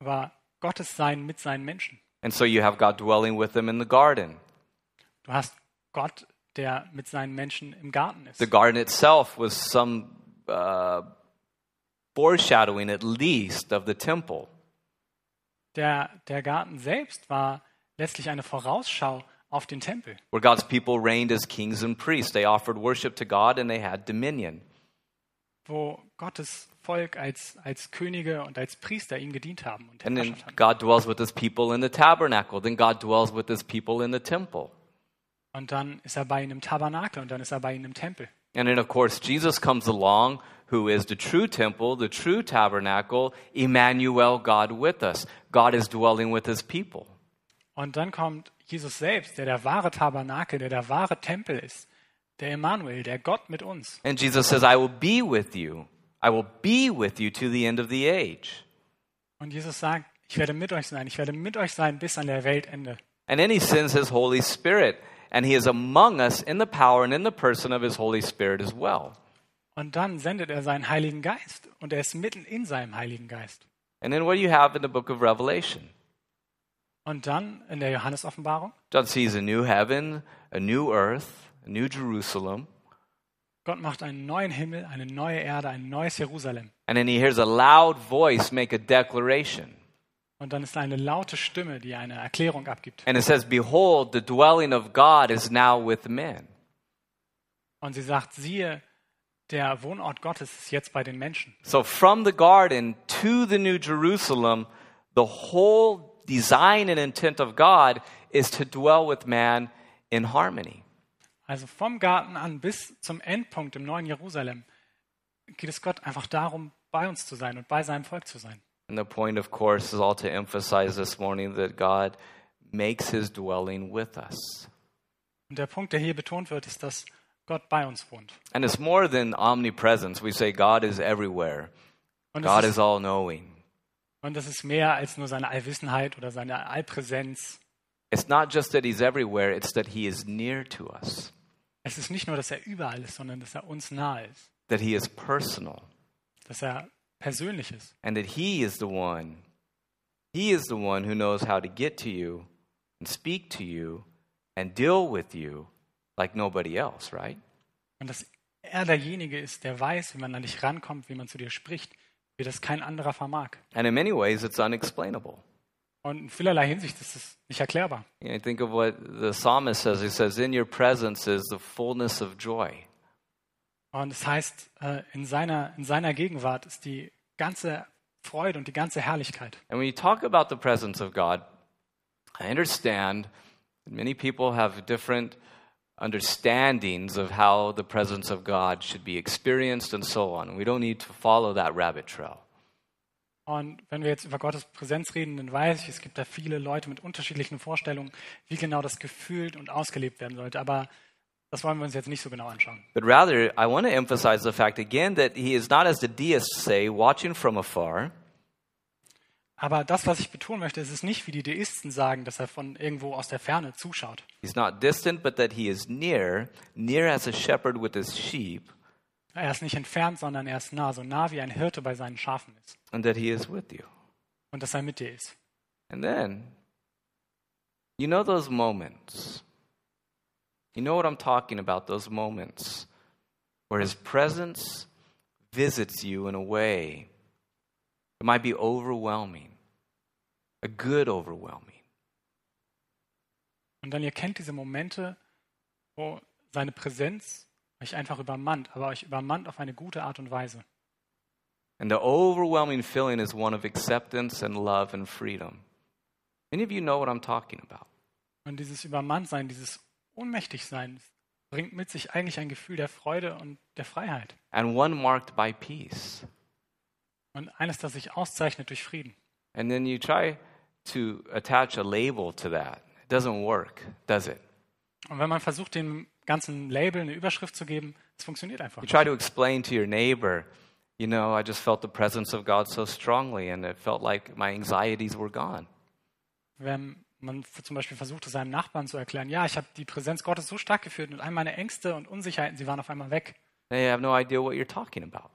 S2: über Gottes Sein mit seinen Menschen.
S1: And so you have God dwelling with them in the garden.
S2: Du hast Gott, der mit seinen Menschen im Garten ist.
S1: The garden itself was some uh, foreshadowing, at least, of the temple.
S2: Der, der Garten selbst war letztlich eine Vorausschau auf den Tempel.
S1: where God's people reigned as kings and priests. They offered worship to God and they had dominion.
S2: wo Gottes Volk als, als Könige und als Priester ihm gedient haben und
S1: And then
S2: herrscht haben.
S1: God dwells with his people in the tabernacle. Then God dwells with his people in the temple.
S2: Und dann ist er bei ihnen im Tabernakel und dann ist er bei ihnen im Tempel.
S1: And then, of course, Jesus comes along, who is the true temple, the true tabernacle, Emmanuel, God with us. God is dwelling with his people.
S2: Und dann kommt Jesus selbst, der der wahre Tabernakel, der der wahre Tempel ist, der Emmanuel, der Gott mit uns.
S1: And Jesus says, I will be with you. I will be with you to the end of the age.
S2: Und Jesus sagt, ich werde mit euch sein, ich werde mit euch sein bis an der Weltende.
S1: And then he sends his Holy Spirit, and he is among us in the power and in the person of his Holy Spirit as well.
S2: Und dann sendet er seinen Heiligen Geist und er ist mitten in seinem Heiligen Geist.
S1: And then what do you have in the book of Revelation?
S2: Und dann in der Johannesoffenbarung,
S1: John sees a new heaven, a new earth, a new Jerusalem,
S2: Gott macht einen neuen Himmel, eine neue Erde, ein neues Jerusalem.
S1: and then he hears a loud voice make a declaration.
S2: Und dann ist da eine laute Stimme, die eine Erklärung abgibt.
S1: And it says, Behold, the dwelling of God is now with men.
S2: Und sie sagt, siehe, der Wohnort Gottes ist jetzt bei den Menschen.
S1: So from the garden to the new Jerusalem, the whole design and intent of God is to dwell with man in harmony.
S2: Also vom Garten an bis zum Endpunkt im neuen Jerusalem geht es Gott einfach darum, bei uns zu sein und bei seinem Volk zu sein.
S1: And the point, of course, is all to emphasize this morning that God makes his dwelling with us.
S2: Und der Punkt, der hier betont wird, ist, dass Gott bei uns wohnt.
S1: And it's more than omnipresence. We say God is everywhere,
S2: Und
S1: God
S2: das,
S1: is
S2: ist,
S1: all knowing.
S2: und das ist mehr als nur seine Allwissenheit oder seine Allpräsenz.
S1: It's not just that He's everywhere, it's that He is near to us,
S2: Es ist nicht nur, dass er überall ist, sondern dass er uns nahe ist,
S1: that He is personal,
S2: dass er persönlich ist
S1: and that He is the one. He is the one who knows how to get to you and speak to you and deal with you like nobody else, right?
S2: und dass er derjenige ist, der weiß, wie man an dich rankommt, wie man zu dir spricht, wie das kein anderer vermag.
S1: And in many ways, it's unexplainable.
S2: Und in vielerlei Hinsicht ist es nicht erklärbar.
S1: You know, think of what the psalmist says. He says, In your presence is the fullness of joy.
S2: Und es heißt, äh, in seiner, in seiner Gegenwart ist die ganze Freude und die ganze Herrlichkeit.
S1: And when you talk about the presence of God, I understand that many people have different understandings of how the presence of God should be experienced and so on. We don't need to follow that rabbit trail.
S2: Und wenn wir jetzt über Gottes Präsenz reden, dann weiß ich, es gibt da viele Leute mit unterschiedlichen Vorstellungen, wie genau das gefühlt und ausgelebt werden sollte. Aber das wollen wir uns jetzt nicht so genau anschauen.
S1: But rather, I want to emphasize the fact again that he is not, as the deists say, watching from afar,
S2: Aber das, was ich betonen möchte, ist es ist nicht, wie die Deisten sagen, dass er von irgendwo aus der Ferne zuschaut.
S1: he's not distant, but that he is near, near as a shepherd with his sheep,
S2: Er ist nicht entfernt, sondern er ist nah, so nah wie ein Hirte bei seinen Schafen ist.
S1: and that he is with you.
S2: Und dass er mit dir ist.
S1: And then, you know those moments. You know what I'm talking about, those moments where his presence visits you in a way that might be overwhelming, a good overwhelming.
S2: Und dann ihr kennt diese Momente, wo seine Präsenz euch einfach übermannt, aber euch übermannt auf eine gute Art und Weise.
S1: And the overwhelming feeling is one of acceptance and love and freedom. Many of you know what I'm talking about.
S2: Und dieses Übermanntsein, dieses Ohnmächtigsein bringt mit sich eigentlich ein Gefühl der Freude und der Freiheit.
S1: And one marked by peace.
S2: Und eines, das sich auszeichnet durch Frieden.
S1: And then you try to attach a label to that. It doesn't work, does it?
S2: Und wenn man versucht, dem ganzen Label eine Überschrift zu geben, es funktioniert einfach.
S1: You
S2: nicht.
S1: try to explain to your neighbor, you know, I just felt the presence of God so strongly and it felt like my anxieties were gone.
S2: Wenn man f- zum Beispiel versucht, es seinem Nachbarn zu erklären, ja, ich habe die Präsenz Gottes so stark geführt und all meine Ängste und Unsicherheiten, sie waren auf einmal weg,
S1: They have no idea what you're talking about.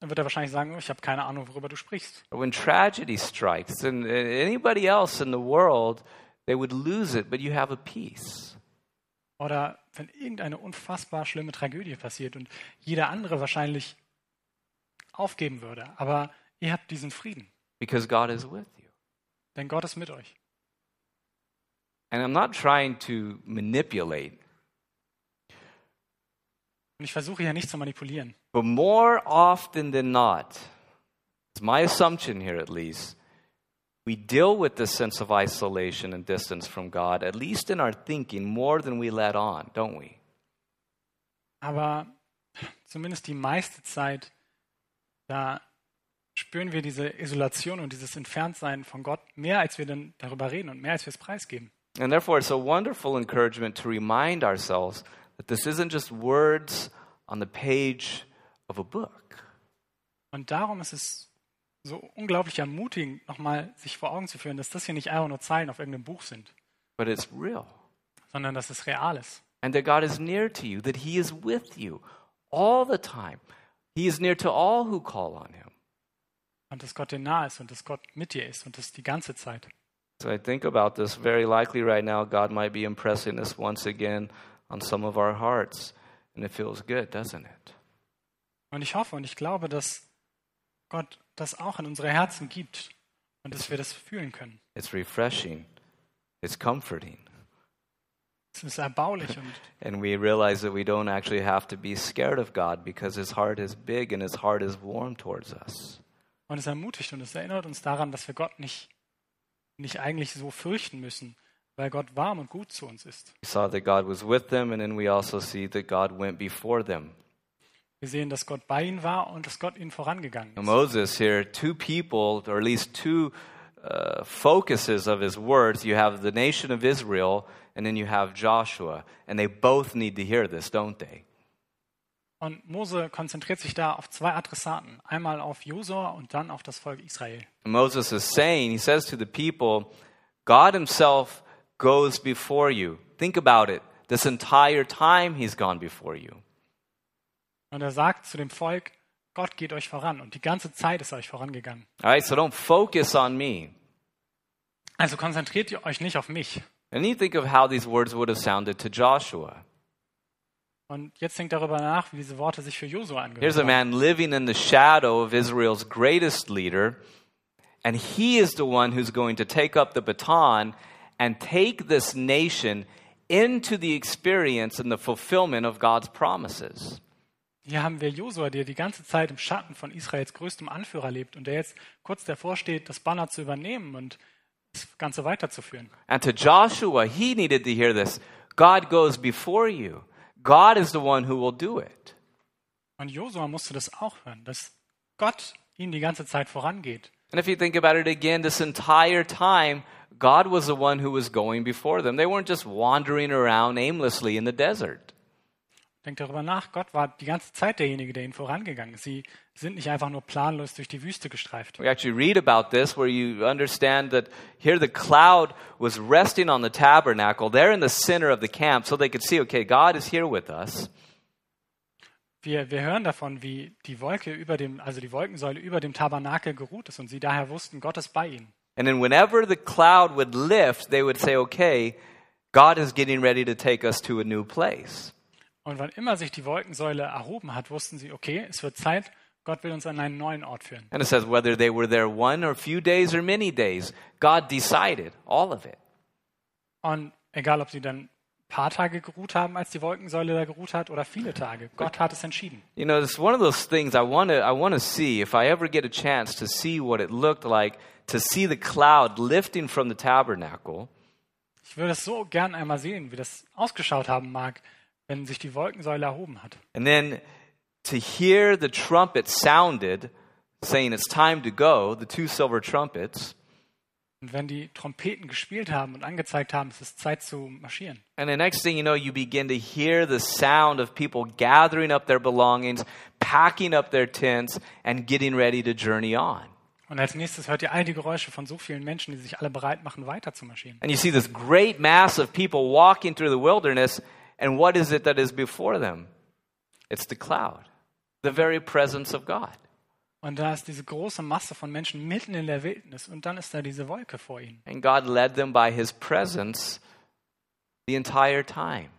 S2: dann wird er wahrscheinlich sagen, oh, ich habe keine Ahnung, worüber du sprichst.
S1: Or when tragedy strikes, and uh, anybody else in the world, they would lose it, but you have a peace.
S2: Oder wenn irgendeine unfassbar schlimme Tragödie passiert und jeder andere wahrscheinlich aufgeben würde. Aber ihr habt diesen Frieden,
S1: because God is with you.
S2: denn Gott ist mit euch.
S1: And I'm not trying to manipulate,
S2: Und ich versuche hier nicht zu manipulieren.
S1: but more often than not, it's my assumption here at least, we deal with this sense of isolation and distance from God, at least in our thinking, more than we let on, don't we?
S2: Aber zumindest die meiste Zeit, da spüren wir diese Isolation und dieses Entferntsein von Gott mehr, als wir dann darüber reden und mehr, als wir es preisgeben.
S1: And therefore, it's a wonderful encouragement to remind ourselves that this isn't just words on the page of a book.
S2: Und darum ist es so unglaublich ermutigend, nochmal sich vor Augen zu führen, dass das hier nicht einfach nur Zeilen auf irgendeinem Buch sind,
S1: but it's real.
S2: sondern dass es real ist.
S1: And that God is near to you, that He is with you all the time. He is near to all who call on Him.
S2: Und dass Gott dir nahe ist und dass Gott mit dir ist und das die ganze Zeit.
S1: So I think about this very likely right now, God might be impressing this once again on some of our hearts. And it feels good, doesn't it?
S2: Und ich hoffe und ich glaube, dass Gott das auch in unsere Herzen gibt und dass wir das fühlen können.
S1: It's refreshing, it's comforting.
S2: Es ist erbaulich und
S1: And we realize that we don't actually have to be scared of God because His heart is big and His heart is warm towards us.
S2: Und es ermutigt und es erinnert uns daran, dass wir Gott nicht, nicht eigentlich so fürchten müssen, weil Gott warm und gut zu uns ist.
S1: We saw that God was with them, and then we also see that God went before them.
S2: Wir sehen, dass Gott bei ihnen war und dass Gott ihnen vorangegangen
S1: Now,
S2: ist.
S1: Moses here, two people, or at least two uh, focuses of his words. You have the nation of Israel, and then you have Joshua. And they both need to hear this, don't they?
S2: Und Mose konzentriert sich da auf zwei Adressaten, einmal auf Josua und dann auf das Volk Israel.
S1: And Moses is saying, he says to the people, God himself goes before you. Think about it. This entire time he's gone before you.
S2: Und er sagt zu dem Volk, Gott geht euch voran und die ganze Zeit ist er euch vorangegangen.
S1: All right, so don't focus on me.
S2: Also konzentriert ihr euch nicht auf mich.
S1: And you think of how these words would have sounded to Joshua.
S2: Und jetzt denkt darüber nach, wie diese Worte sich für Josua angehört
S1: Here's a
S2: haben.
S1: man living in the shadow of Israel's greatest leader, and he is the one who's going to take up the baton and take this nation into the experience and the fulfillment of God's promises.
S2: Hier haben wir Josua, der die ganze Zeit im Schatten von Israels größtem Anführer lebt und der jetzt kurz davor steht, das Banner zu übernehmen und das Ganze weiterzuführen.
S1: And to Joshua, he needed to hear this God goes before you, God is the one who will do it.
S2: Und Josua musste das auch hören, dass Gott ihm die ganze Zeit vorangeht.
S1: And if you think about it again, this entire time, God was the one who was going before them. They weren't just wandering around aimlessly in the desert.
S2: Denkt darüber nach, Gott war die ganze Zeit derjenige, der ihnen vorangegangen ist. Sie sind nicht einfach nur planlos durch die Wüste gestreift.
S1: We actually read about this where you understand that here the cloud was resting on the tabernacle. They're in the center of the camp so they could see, okay, God is here with us.
S2: Wir, wir hören davon, wie die Wolke über dem, also die Wolkensäule über dem Tabernakel geruht ist und sie daher wussten, Gott ist bei ihnen.
S1: And then whenever the cloud would lift, they would say, okay, God is getting ready to take us to a new place.
S2: Und wann immer sich die Wolkensäule erhoben hat, wussten sie, okay, es wird Zeit, Gott will uns an einen neuen Ort führen.
S1: And it says whether they were there one or few days or many days, God decided all of it.
S2: Und egal, ob sie dann ein paar Tage geruht haben, als die Wolkensäule da geruht hat, oder viele Tage, Gott hat es entschieden.
S1: You know, it's one of those things I want to I want to see if I ever get a chance to see what it looked like to see the cloud lifting from the tabernacle.
S2: Ich würde es so gern einmal sehen, wie das ausgeschaut haben mag, wenn sich die Wolkensäule erhoben hat.
S1: And then to hear the trumpet sounded, saying it's time to go, the two silver trumpets.
S2: Und wenn die Trompeten gespielt haben und angezeigt haben, es ist Zeit zu marschieren.
S1: And the next thing you know, you begin to hear the sound of people gathering up their belongings, packing up their tents, and getting ready to journey on.
S2: Und als nächstes hört ihr all die Geräusche von so vielen Menschen, die sich alle bereit machen, weiter zu marschieren.
S1: And you see this great mass of people walking through the wilderness, and what is it that is before them? It's the cloud, the very presence of God.
S2: Und da ist diese große Masse von Menschen mitten in der Wildnis und dann ist da diese Wolke vor ihnen.
S1: And God led them by his presence the entire time.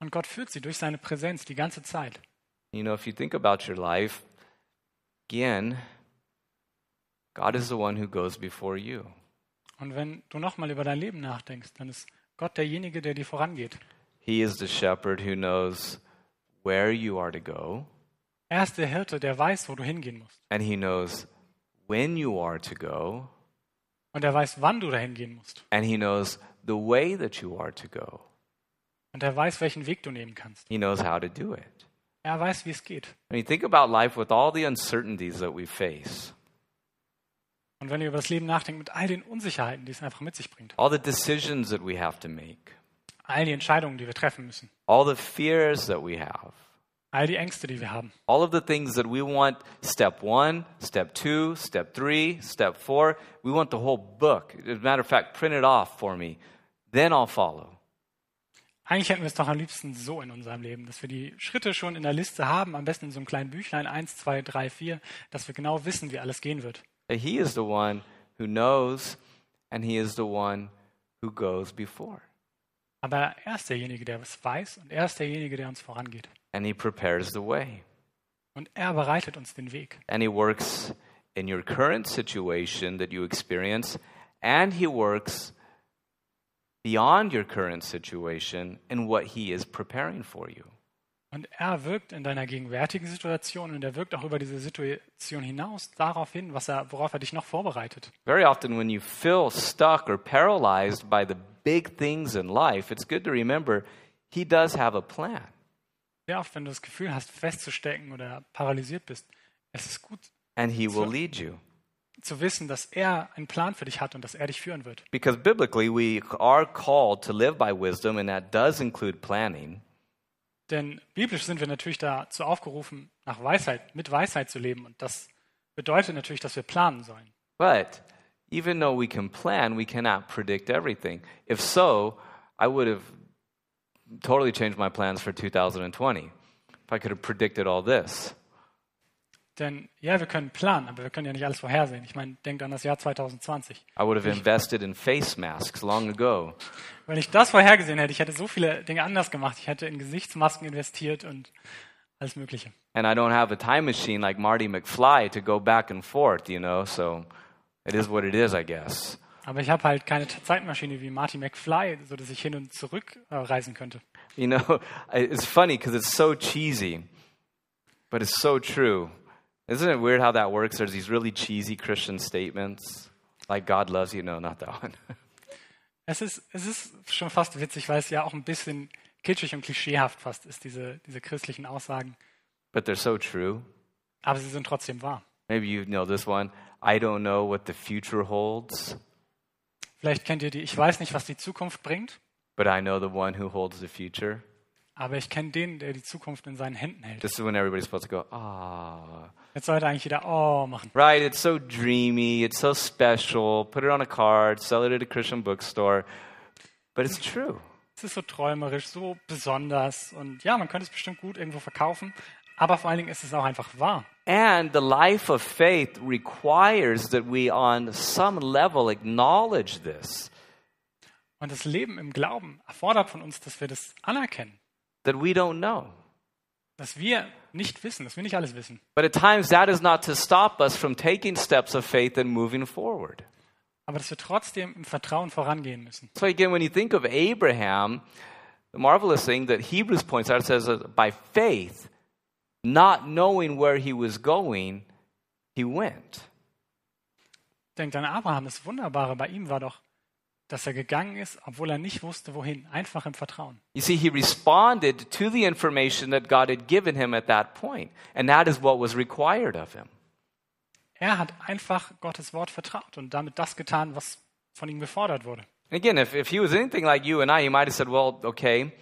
S2: Und Gott führt sie durch seine Präsenz die ganze Zeit.
S1: You know, if you think about your life, Again, God is the one who goes before you.
S2: Und wenn du nochmal über dein Leben nachdenkst, dann ist Gott derjenige, der dir vorangeht.
S1: He is the shepherd who knows where you are to go,
S2: Er ist der Hirte, der weiß, wo du hingehen musst.
S1: and he knows when you are to go,
S2: Und er weiß, wann du dahin gehen musst.
S1: and he knows the way that you are to go.
S2: Und er weiß, welchen Weg du nehmen kannst.
S1: He knows how to do it.
S2: Er weiß, wie es geht.
S1: I mean, think about life with all the uncertainties that we face,
S2: Und wenn ihr über das Leben nachdenkt, mit all den Unsicherheiten, die es einfach mit sich bringt,
S1: all the decisions that we have to make,
S2: all die Entscheidungen, die wir treffen müssen,
S1: all the fears that we have,
S2: all die Ängste, die wir haben,
S1: all of the things that we want step one, step two, step three, step four. We want the whole book. As a matter of fact, print it off for me. Then I'll follow.
S2: Eigentlich hätten wir es doch am liebsten so in unserem Leben, dass wir die Schritte schon in der Liste haben, am besten in so einem kleinen Büchlein, eins, zwei, drei, vier, dass wir genau wissen, wie alles gehen wird.
S1: But He is the one who knows, and He is the one who goes before.
S2: Aber er ist derjenige, der es weiß und er ist derjenige, der uns vorangeht.
S1: And He prepares the way.
S2: Und er bereitet uns den Weg.
S1: And He works in your current situation that you experience, and He works beyond your current situation in what He is preparing for you.
S2: Und er wirkt in deiner gegenwärtigen Situation und er wirkt auch über diese Situation hinaus darauf hin, was er, worauf er dich noch vorbereitet.
S1: Very often, when you feel stuck or paralyzed by the big things in life, it's good to remember He does have a plan.
S2: Sehr oft, wenn du das Gefühl hast, festzustecken oder paralysiert bist, es ist gut
S1: And he will
S2: So-
S1: lead you.
S2: zu wissen, dass er einen Plan für dich hat und dass er dich führen wird.
S1: Because biblically, we are called to live by wisdom, and that does include planning.
S2: Denn biblisch sind wir natürlich dazu aufgerufen, nach Weisheit, mit Weisheit zu leben. Und das bedeutet natürlich, dass wir planen sollen.
S1: But even though we can plan, we cannot predict everything. If so, I would have totally changed my plans for 2020 if I could have predicted all this.
S2: Denn ja, wir können planen, aber wir können ja nicht alles vorhersehen. Ich meine, denkt an das Jahr 2020.
S1: I would have invested in face masks long ago.
S2: Wenn ich das vorhergesehen hätte, ich hätte so viele Dinge anders gemacht. Ich hätte in Gesichtsmasken investiert und alles Mögliche.
S1: And I don't have a time machine like Marty McFly to go back and forth, you know, so it is what it is, I guess. [LAUGHS]
S2: Aber ich habe halt keine Zeitmaschine wie Marty McFly, so dass ich hin und zurück äh, reisen könnte.
S1: You know, [LAUGHS] it's funny because it's so cheesy, but it's so true. Isn't it weird how that works? There's these really cheesy Christian statements like God loves you. No, not that [LAUGHS] one.
S2: Es ist, es ist schon fast witzig, weil es ja auch ein bisschen kitschig und klischeehaft fast ist, diese, diese christlichen Aussagen.
S1: but they're so true.
S2: Aber sie sind trotzdem wahr.
S1: Maybe you know this one. I don't know what the future holds,
S2: Vielleicht kennt ihr die, ich weiß nicht, was die Zukunft bringt,
S1: but I know the one who holds the future.
S2: aber ich kenne den, der die Zukunft in seinen Händen hält.
S1: This is when everybody's supposed to go, ah.
S2: Jetzt sollte eigentlich jeder Oh machen.
S1: Right, it's so dreamy, it's so special. Put it on a card, sell it at a Christian bookstore. But it's true.
S2: Es ist so träumerisch, so besonders und ja, man könnte es bestimmt gut irgendwo verkaufen, aber vor allen Dingen ist es auch einfach wahr.
S1: And the life of faith requires that we, on some level, acknowledge this,
S2: Und das Leben im Glauben erfordert von uns, dass wir das anerkennen,
S1: that we don't know.
S2: dass wir nicht wissen, dass wir nicht alles wissen.
S1: But at times, that is not to stop us from taking steps of faith and moving forward.
S2: Aber dass wir trotzdem im Vertrauen vorangehen müssen.
S1: So, again, when you think of Abraham, the marvelous thing that Hebrews points out says that by faith, not knowing where he was going, he went.
S2: Denkt an Abraham, das Wunderbare bei ihm war doch, dass er gegangen ist, obwohl er nicht wusste, wohin, einfach im Vertrauen.
S1: You see, he responded to the information that God had given him at that point, and that is what was required of him.
S2: Er hat einfach Gottes Wort vertraut und damit das getan, was von ihm gefordert wurde.
S1: And Again, if, if he was anything like you and I, he might have said, Well, okay,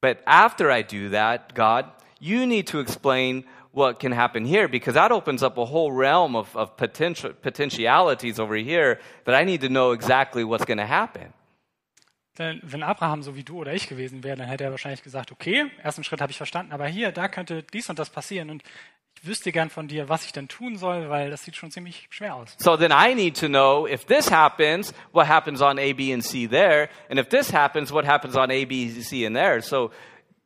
S1: but after I do that, God, you need to explain what can happen here because that opens up a whole realm of, of potential, potentialities over here that I need to know exactly what's going to happen.
S2: Denn wenn Abraham so wie du oder ich gewesen wäre, dann hätte er wahrscheinlich gesagt, okay, ersten Schritt habe ich verstanden, aber hier, da könnte dies und das passieren und ich wüsste gern von dir, was ich denn tun soll, weil das sieht schon ziemlich schwer aus.
S1: So then I need to know if this happens, what happens on A, B, and C there, and if this happens, what happens on A, B, C, and there. So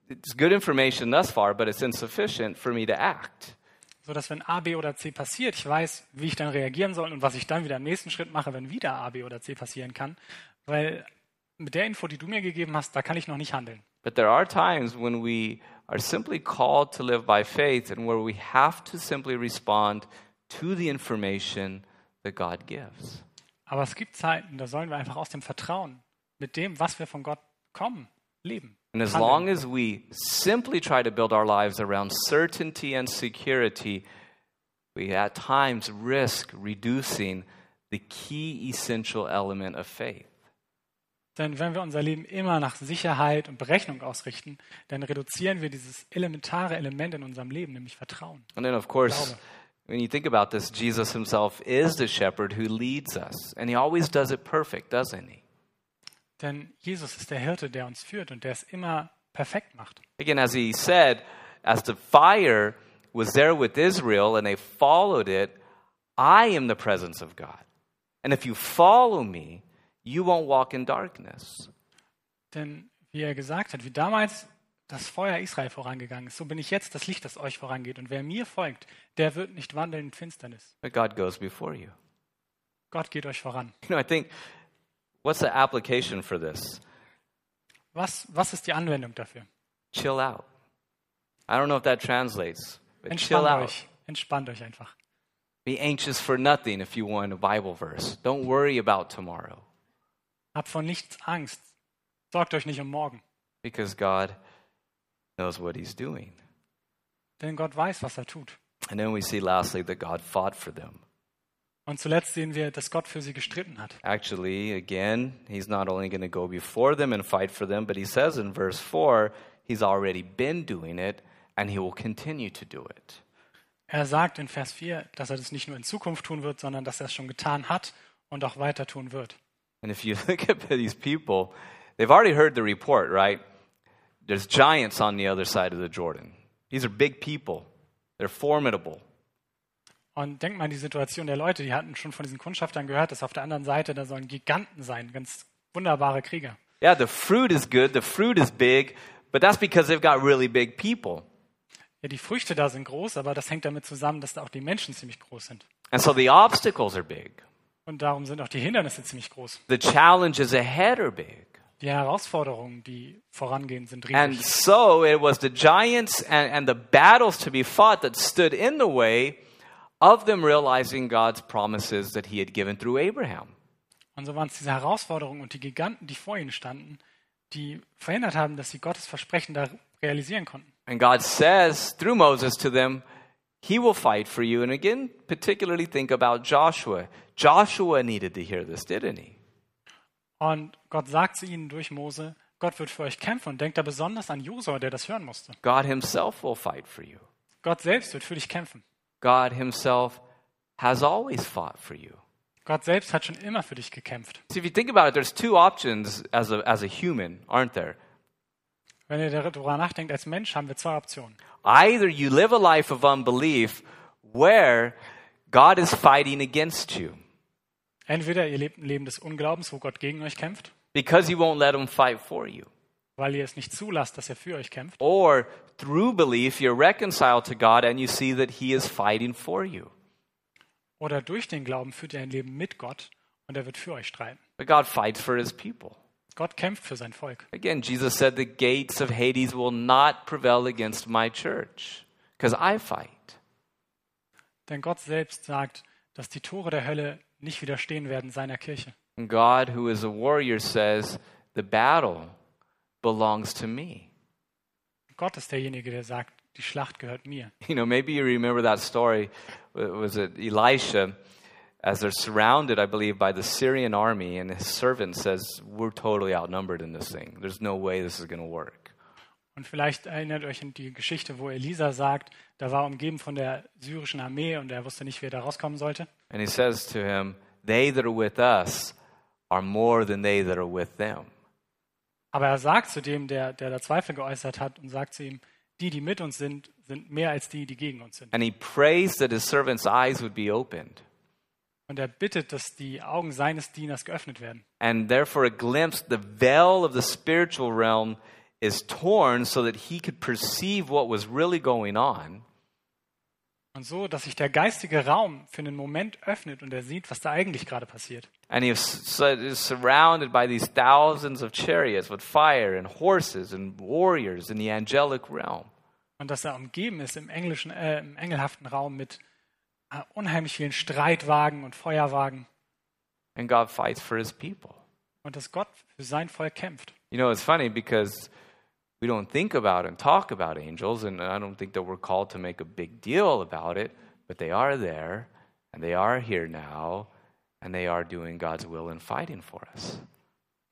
S1: it's good information thus far, but it's insufficient for me to act.
S2: So dass wenn A, B oder C passiert, ich weiß, wie ich dann reagieren soll und was ich dann wieder im nächsten Schritt mache, wenn wieder A, B oder C passieren kann. Weil mit der Info, die du mir gegeben hast, da kann ich noch nicht handeln.
S1: But there are times when we are simply called to live by faith and where we have to simply respond to the information that God gives.
S2: Aber es gibt Zeiten, da sollen wir einfach aus dem Vertrauen, mit dem, was wir von Gott bekommen, leben.
S1: And as
S2: handeln.
S1: long as we simply try to build our lives around certainty and security, we at times risk reducing the key essential element of faith.
S2: Denn wenn wir unser Leben immer nach Sicherheit und Berechnung ausrichten, dann reduzieren wir dieses elementare Element in unserem Leben, nämlich Vertrauen.
S1: And then, of course,
S2: Glaube.
S1: when you think about this, Jesus himself is the shepherd who leads us, and he always does it perfect, doesn't he?
S2: Denn Jesus ist der Hirte, der uns führt und der es immer perfekt macht.
S1: Again, as he said, as the fire was there with Israel and they followed it, I am the presence of God. And if you follow me, you won't walk in darkness.
S2: Denn wie er gesagt hat, wie damals das Feuer Israel vorangegangen ist, so bin ich jetzt das Licht, das euch vorangeht. Und wer mir folgt, der wird nicht wandeln in Finsternis.
S1: But God goes before you.
S2: Gott geht euch voran.
S1: You know, I think what's the application for this?
S2: Was, was ist die Anwendung dafür?
S1: Chill out. I don't know if that translates, but chill
S2: Entspannt
S1: out.
S2: euch. Entspannt euch einfach.
S1: Be anxious for nothing if you want a Bible verse. Don't worry about tomorrow
S2: Habt von nichts Angst. Sorgt euch nicht um morgen.
S1: because God knows what he's doing.
S2: Denn Gott weiß, was er tut.
S1: And then we see lastly that God fought for them.
S2: Und zuletzt sehen wir, dass Gott für sie gestritten hat.
S1: Actually, again, he's not only going to go before them and fight for them, but he says in verse 4, he's already been doing it and he will continue to do it.
S2: Er sagt in Vers 4, dass er das nicht nur in Zukunft tun wird, sondern dass er es schon getan hat und auch weiter tun wird.
S1: And if you [LAUGHS] look at these people, they've already heard the report, right? There's giants on the other side of the Jordan. These are big people, they're formidable.
S2: Und denkt mal an die Situation der Leute, die hatten schon von diesen Kundschaftern gehört, dass auf der anderen Seite da sollen Giganten sein, ganz wunderbare Krieger.
S1: Yeah, the fruit is good, the fruit is big, but that's because they've got really big people.
S2: Ja, die Früchte da sind groß, aber das hängt damit zusammen, dass da auch die Menschen ziemlich groß sind.
S1: And so the obstacles are big,
S2: Und darum sind auch die Hindernisse ziemlich groß.
S1: the challenges ahead are big.
S2: Die Herausforderungen, die vorangehen, sind
S1: And
S2: riesig.
S1: so it was the giants and, and the battles to be fought that stood in the way of them realizing God's promises that He had given through Abraham.
S2: Und so waren es diese Herausforderungen und die Giganten, die vor ihnen standen, die verhindert haben, dass sie Gottes Versprechen da realisieren konnten.
S1: And God says through Moses to them, He will fight for you. And again, particularly think about Joshua. Joshua needed to hear this, didn't he?
S2: Und Gott sagt zu ihnen durch Mose, Gott wird für euch kämpfen und denkt da besonders an Josua, der das hören musste.
S1: God Himself will fight for you.
S2: Gott selbst wird für dich kämpfen.
S1: God Himself has always fought for you.
S2: Gott selbst hat schon immer für dich gekämpft.
S1: See, if you think about it, there's two options as a, as a human, aren't there?
S2: Wenn ihr darüber nachdenkt, als Mensch haben wir zwei Optionen.
S1: Either you live a life of unbelief where God is fighting against you
S2: Entweder ihr lebt ein Leben des Unglaubens, wo Gott gegen euch kämpft,
S1: because you won't let Him fight for you,
S2: weil ihr es nicht zulasst, dass er für euch kämpft.
S1: or through belief you're reconciled to God and you see that He is fighting for you.
S2: Oder durch den Glauben führt ihr ein Leben mit Gott und er wird für euch streiten.
S1: But God fights for His people.
S2: Gott kämpft für sein Volk.
S1: Again, Jesus said, The gates of Hades will not prevail against my church because I fight.
S2: Denn Gott selbst sagt, dass die Tore der Hölle nicht widerstehen werden seiner Kirche.
S1: And God, who is a warrior, says, The battle belongs to me.
S2: Gott ist derjenige, der sagt, die Schlacht gehört mir.
S1: [LAUGHS] You know, maybe you remember that story. W- Was it Elisha? As they're surrounded, I believe, by the Syrian army, and his servant says, We're totally outnumbered in this thing. There's no way this is going to work.
S2: Und vielleicht erinnert euch an die Geschichte, wo Elisa sagt, da war er umgeben von der syrischen Armee und er wusste nicht, wie er da rauskommen sollte.
S1: And he says to him, They that are with us are more than they that are with them.
S2: Aber er sagt zu dem, der, der da Zweifel geäußert hat, und sagt zu ihm, die, die mit uns sind, sind mehr als die, die gegen uns sind.
S1: And he prays that his servant's eyes would be opened,
S2: Und er bittet, dass die Augen seines Dieners geöffnet werden.
S1: and therefore a glimpse, the veil of the spiritual realm is torn so that he could perceive what was really going on.
S2: Und so, dass sich der geistige Raum für einen Moment öffnet und er sieht, was da eigentlich gerade passiert.
S1: And he was su- is surrounded by these thousands of chariots with fire and horses and warriors in the angelic realm.
S2: Und dass er umgeben ist im englischen, äh, im engelhaften Raum mit äh, unheimlich vielen Streitwagen und Feuerwagen
S1: And God fights for his people.
S2: und dass Gott für sein Volk kämpft.
S1: You know, it's funny because we don't think about and talk about angels, and I don't think that we're called to make a big deal about it, but they are there, and they are here now, and they are doing God's will and fighting for us.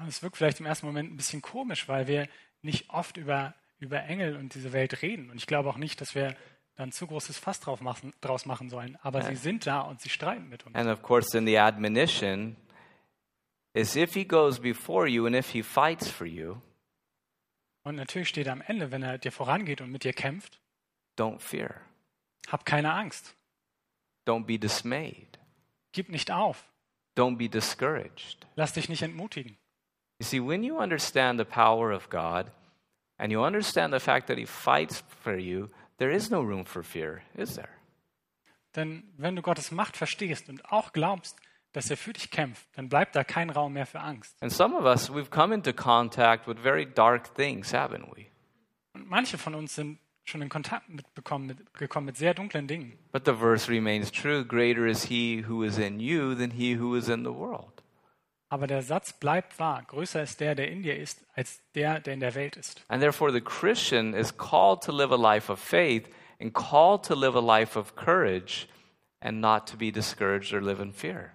S2: Und es wirkt vielleicht im ersten Moment ein bisschen komisch, weil wir nicht oft über, über Engel und diese Welt reden. Und ich glaube auch nicht, dass wir dann zu großes Fass drauf machen, draus machen sollen. Aber sie sind da und sie streiten mit uns.
S1: And of course, in the admonition is if he goes before you and if he fights for you,
S2: Und natürlich steht am Ende, wenn er dir vorangeht und mit dir kämpft,
S1: don't fear,
S2: hab keine Angst.
S1: don't be dismayed,
S2: Gib nicht auf.
S1: don't be discouraged.
S2: Lass dich nicht entmutigen.
S1: You see, when you understand the power of God and you understand the fact that He fights for you, there is no room for fear, is there?
S2: Denn wenn du Gottes Macht verstehst und auch glaubst, dass er für dich kämpft, dann bleibt da kein Raum mehr für Angst.
S1: And some of us, we've come into contact with very dark things, haven't we?
S2: Und manche von uns sind schon in Kontakt mitbekommen, mit, gekommen mit sehr dunklen Dingen.
S1: But the verse remains true greater is He who is in you than He who is in the world.
S2: Aber der Satz bleibt wahr. Größer ist der, der in dir ist, als der, der in der Welt ist.
S1: And therefore, the Christian is called to live a life of faith and called to live a life of courage and not to be discouraged or live in fear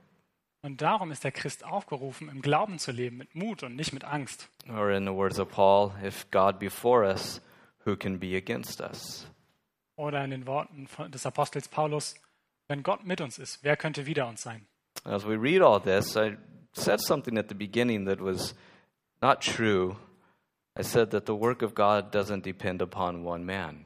S2: Und darum ist der Christ aufgerufen, im Glauben zu leben, mit Mut und nicht mit Angst.
S3: Or, in the words of Paul, if God before us, who can be against us?
S2: Oder in den Worten von- des Apostels Paulus, wenn Gott mit uns ist, wer könnte wider uns sein?
S3: As we read all this, I said something at the beginning that was not true. I said that the work of God doesn't depend upon one man.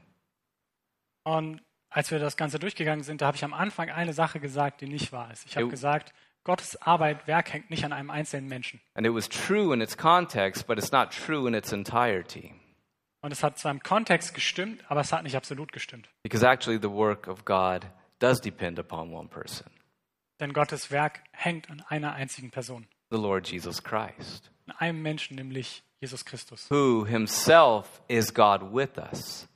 S2: Und als wir das Ganze durchgegangen sind, da habe ich am Anfang eine Sache gesagt, die nicht wahr ist. Ich habe
S1: Jo.
S2: gesagt, Gottes Arbeit, Werk hängt nicht an einem einzelnen Menschen.
S1: And it was true in its context, but it's not true in its entirety.
S2: Und es hat zwar im Kontext gestimmt, aber es hat nicht absolut gestimmt.
S1: Because actually, the work of God does depend upon one person
S2: Denn Gottes Werk hängt an einer einzigen Person,
S1: the Lord Jesus Christ,
S2: an einem Menschen, nämlich Jesus Christus,
S1: who himself is God with us.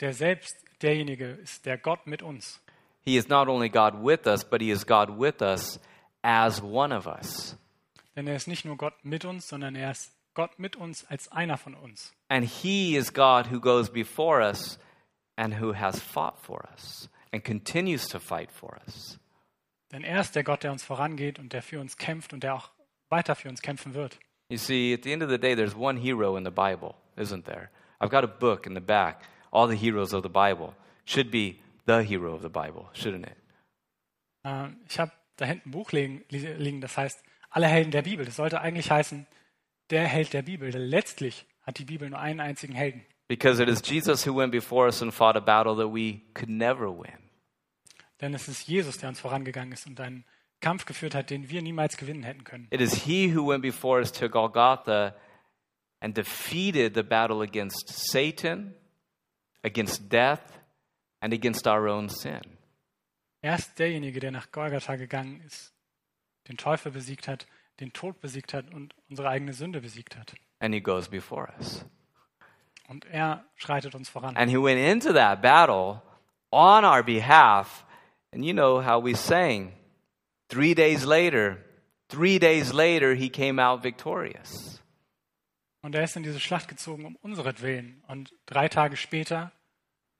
S2: der selbst derjenige ist, der Gott mit uns.
S1: He is not only God with us, but he is God with us as one of us.
S2: Denn er ist nicht nur Gott mit uns, sondern er ist Gott mit uns als einer von uns.
S1: And he is God who goes before us and who has fought for us and continues to fight for us.
S2: Denn er ist der Gott, der uns vorangeht und der für uns kämpft und der auch weiter für uns kämpfen wird.
S1: You see, at the end of the day, there's one hero in the Bible, isn't there? I've got a book in the back, All the Heroes of the Bible. Should be the hero of the Bible, shouldn't it?
S2: Äh, Ich habe da hinten ein Buch liegen, li- liegen, das heißt Alle Helden der Bibel. Das sollte eigentlich heißen, der Held der Bibel. Denn letztlich hat die Bibel nur einen einzigen Helden.
S1: Because it is Jesus who went before us and fought a battle that we could never win.
S2: Denn es ist Jesus, der uns vorangegangen ist und einen Kampf geführt hat, den wir niemals gewinnen hätten können.
S1: It is he who went before us to Golgotha and defeated the battle against Satan, against death, and against our own sin.
S2: Er ist derjenige, der nach Golgatha gegangen ist, den Teufel besiegt hat, den Tod besiegt hat und unsere eigene Sünde besiegt hat.
S1: And he goes before us.
S2: Und er schreitet uns voran.
S1: And he went into that battle on our behalf. And you know how we sang. Three days later, three days later, he came out victorious.
S2: Und er ist in diese Schlacht gezogen um unseretwillen. Und drei Tage später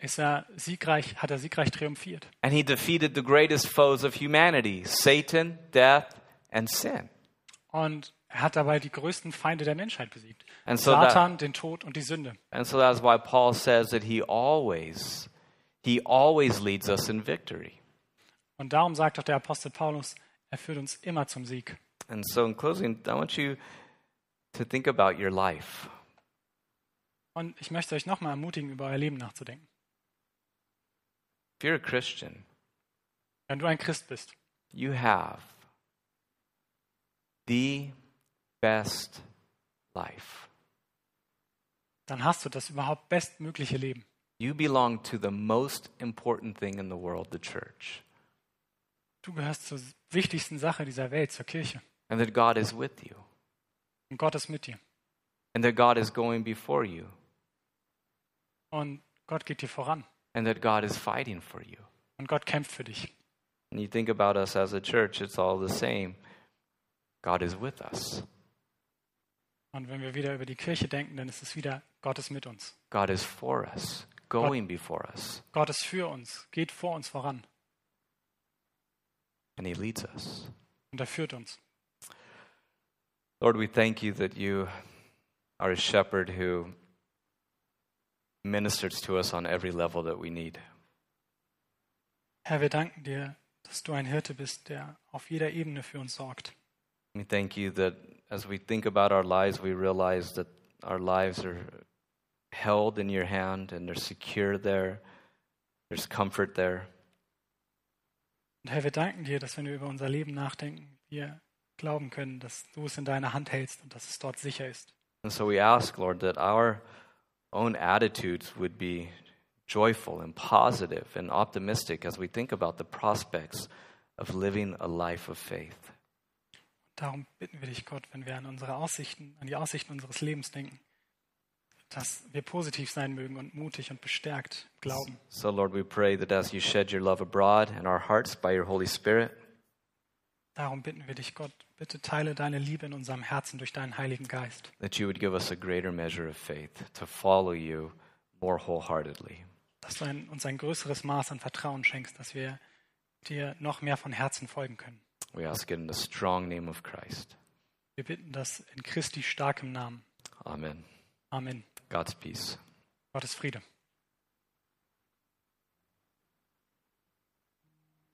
S2: ist er siegreich, hat er siegreich triumphiert.
S1: And he defeated the greatest foes of humanity Satan, death, and sin.
S2: Und er hat dabei die größten Feinde der Menschheit besiegt.
S1: And so that-
S2: Satan, den Tod und die Sünde.
S1: And so that's why Paul says that he always, he always leads us in victory.
S2: Und darum sagt auch der Apostel Paulus, er führt uns immer zum Sieg.
S1: And so in closing, I want you to think about your life.
S2: Und ich möchte euch nochmal ermutigen, über euer Leben nachzudenken.
S1: If you're a Christian,
S2: Wenn du ein Christ bist,
S1: you have the best life.
S2: dann hast du das überhaupt bestmögliche Leben.
S4: You belong to the most important thing in the world, the church.
S2: Du gehörst zur wichtigsten Sache dieser Welt, zur Kirche.
S4: And that God is with you.
S2: Und Gott ist mit dir.
S4: And that God is going before you.
S2: Und Gott geht dir voran.
S4: And that God is fighting for you.
S2: Und Gott kämpft für dich.
S4: And you think about us as a church, it's all the same. God is with us,
S2: Und wenn wir wieder über die Kirche denken, dann ist es wieder, Gott ist mit uns.
S4: God is for us, going before us,
S2: Gott ist für uns, geht vor uns voran
S4: and He leads us.
S2: und er führt uns.
S1: Lord, we thank you that you are a shepherd who ministers to us on every level that we need.
S2: Herr, wir danken dir, dass du ein Hirte bist, der auf jeder Ebene für uns sorgt.
S1: We thank you that as we think about our lives, we realize that our lives are held in your hand and they're secure there. There's comfort there.
S2: Und Herr, wir danken dir, dass wenn wir über unser Leben nachdenken, wir glauben können, dass du es in deiner Hand hältst und dass es dort sicher ist.
S1: And so we ask, Lord, that our own attitudes would be joyful and positive and optimistic as we think about the prospects of living a life of faith.
S2: Darum bitten wir dich, Gott, wenn wir an unsere Aussichten, an die Aussichten unseres Lebens denken, dass wir positiv sein mögen und mutig und bestärkt im glauben.
S1: So, Lord, we pray that as you shed your love abroad in our hearts by your Holy Spirit,
S2: Darum bitten wir dich, Gott, bitte teile deine Liebe in unserem Herzen durch deinen Heiligen Geist,
S1: that you would give us a greater measure of faith to follow you more wholeheartedly.
S2: dass du ein, uns ein größeres Maß an Vertrauen schenkst, dass wir dir noch mehr von Herzen folgen können.
S1: We ask it in the strong name of Christ.
S2: Wir bitten das in Christi starkem Namen.
S1: Amen.
S2: Amen.
S1: God's peace.
S2: Gottes Friede.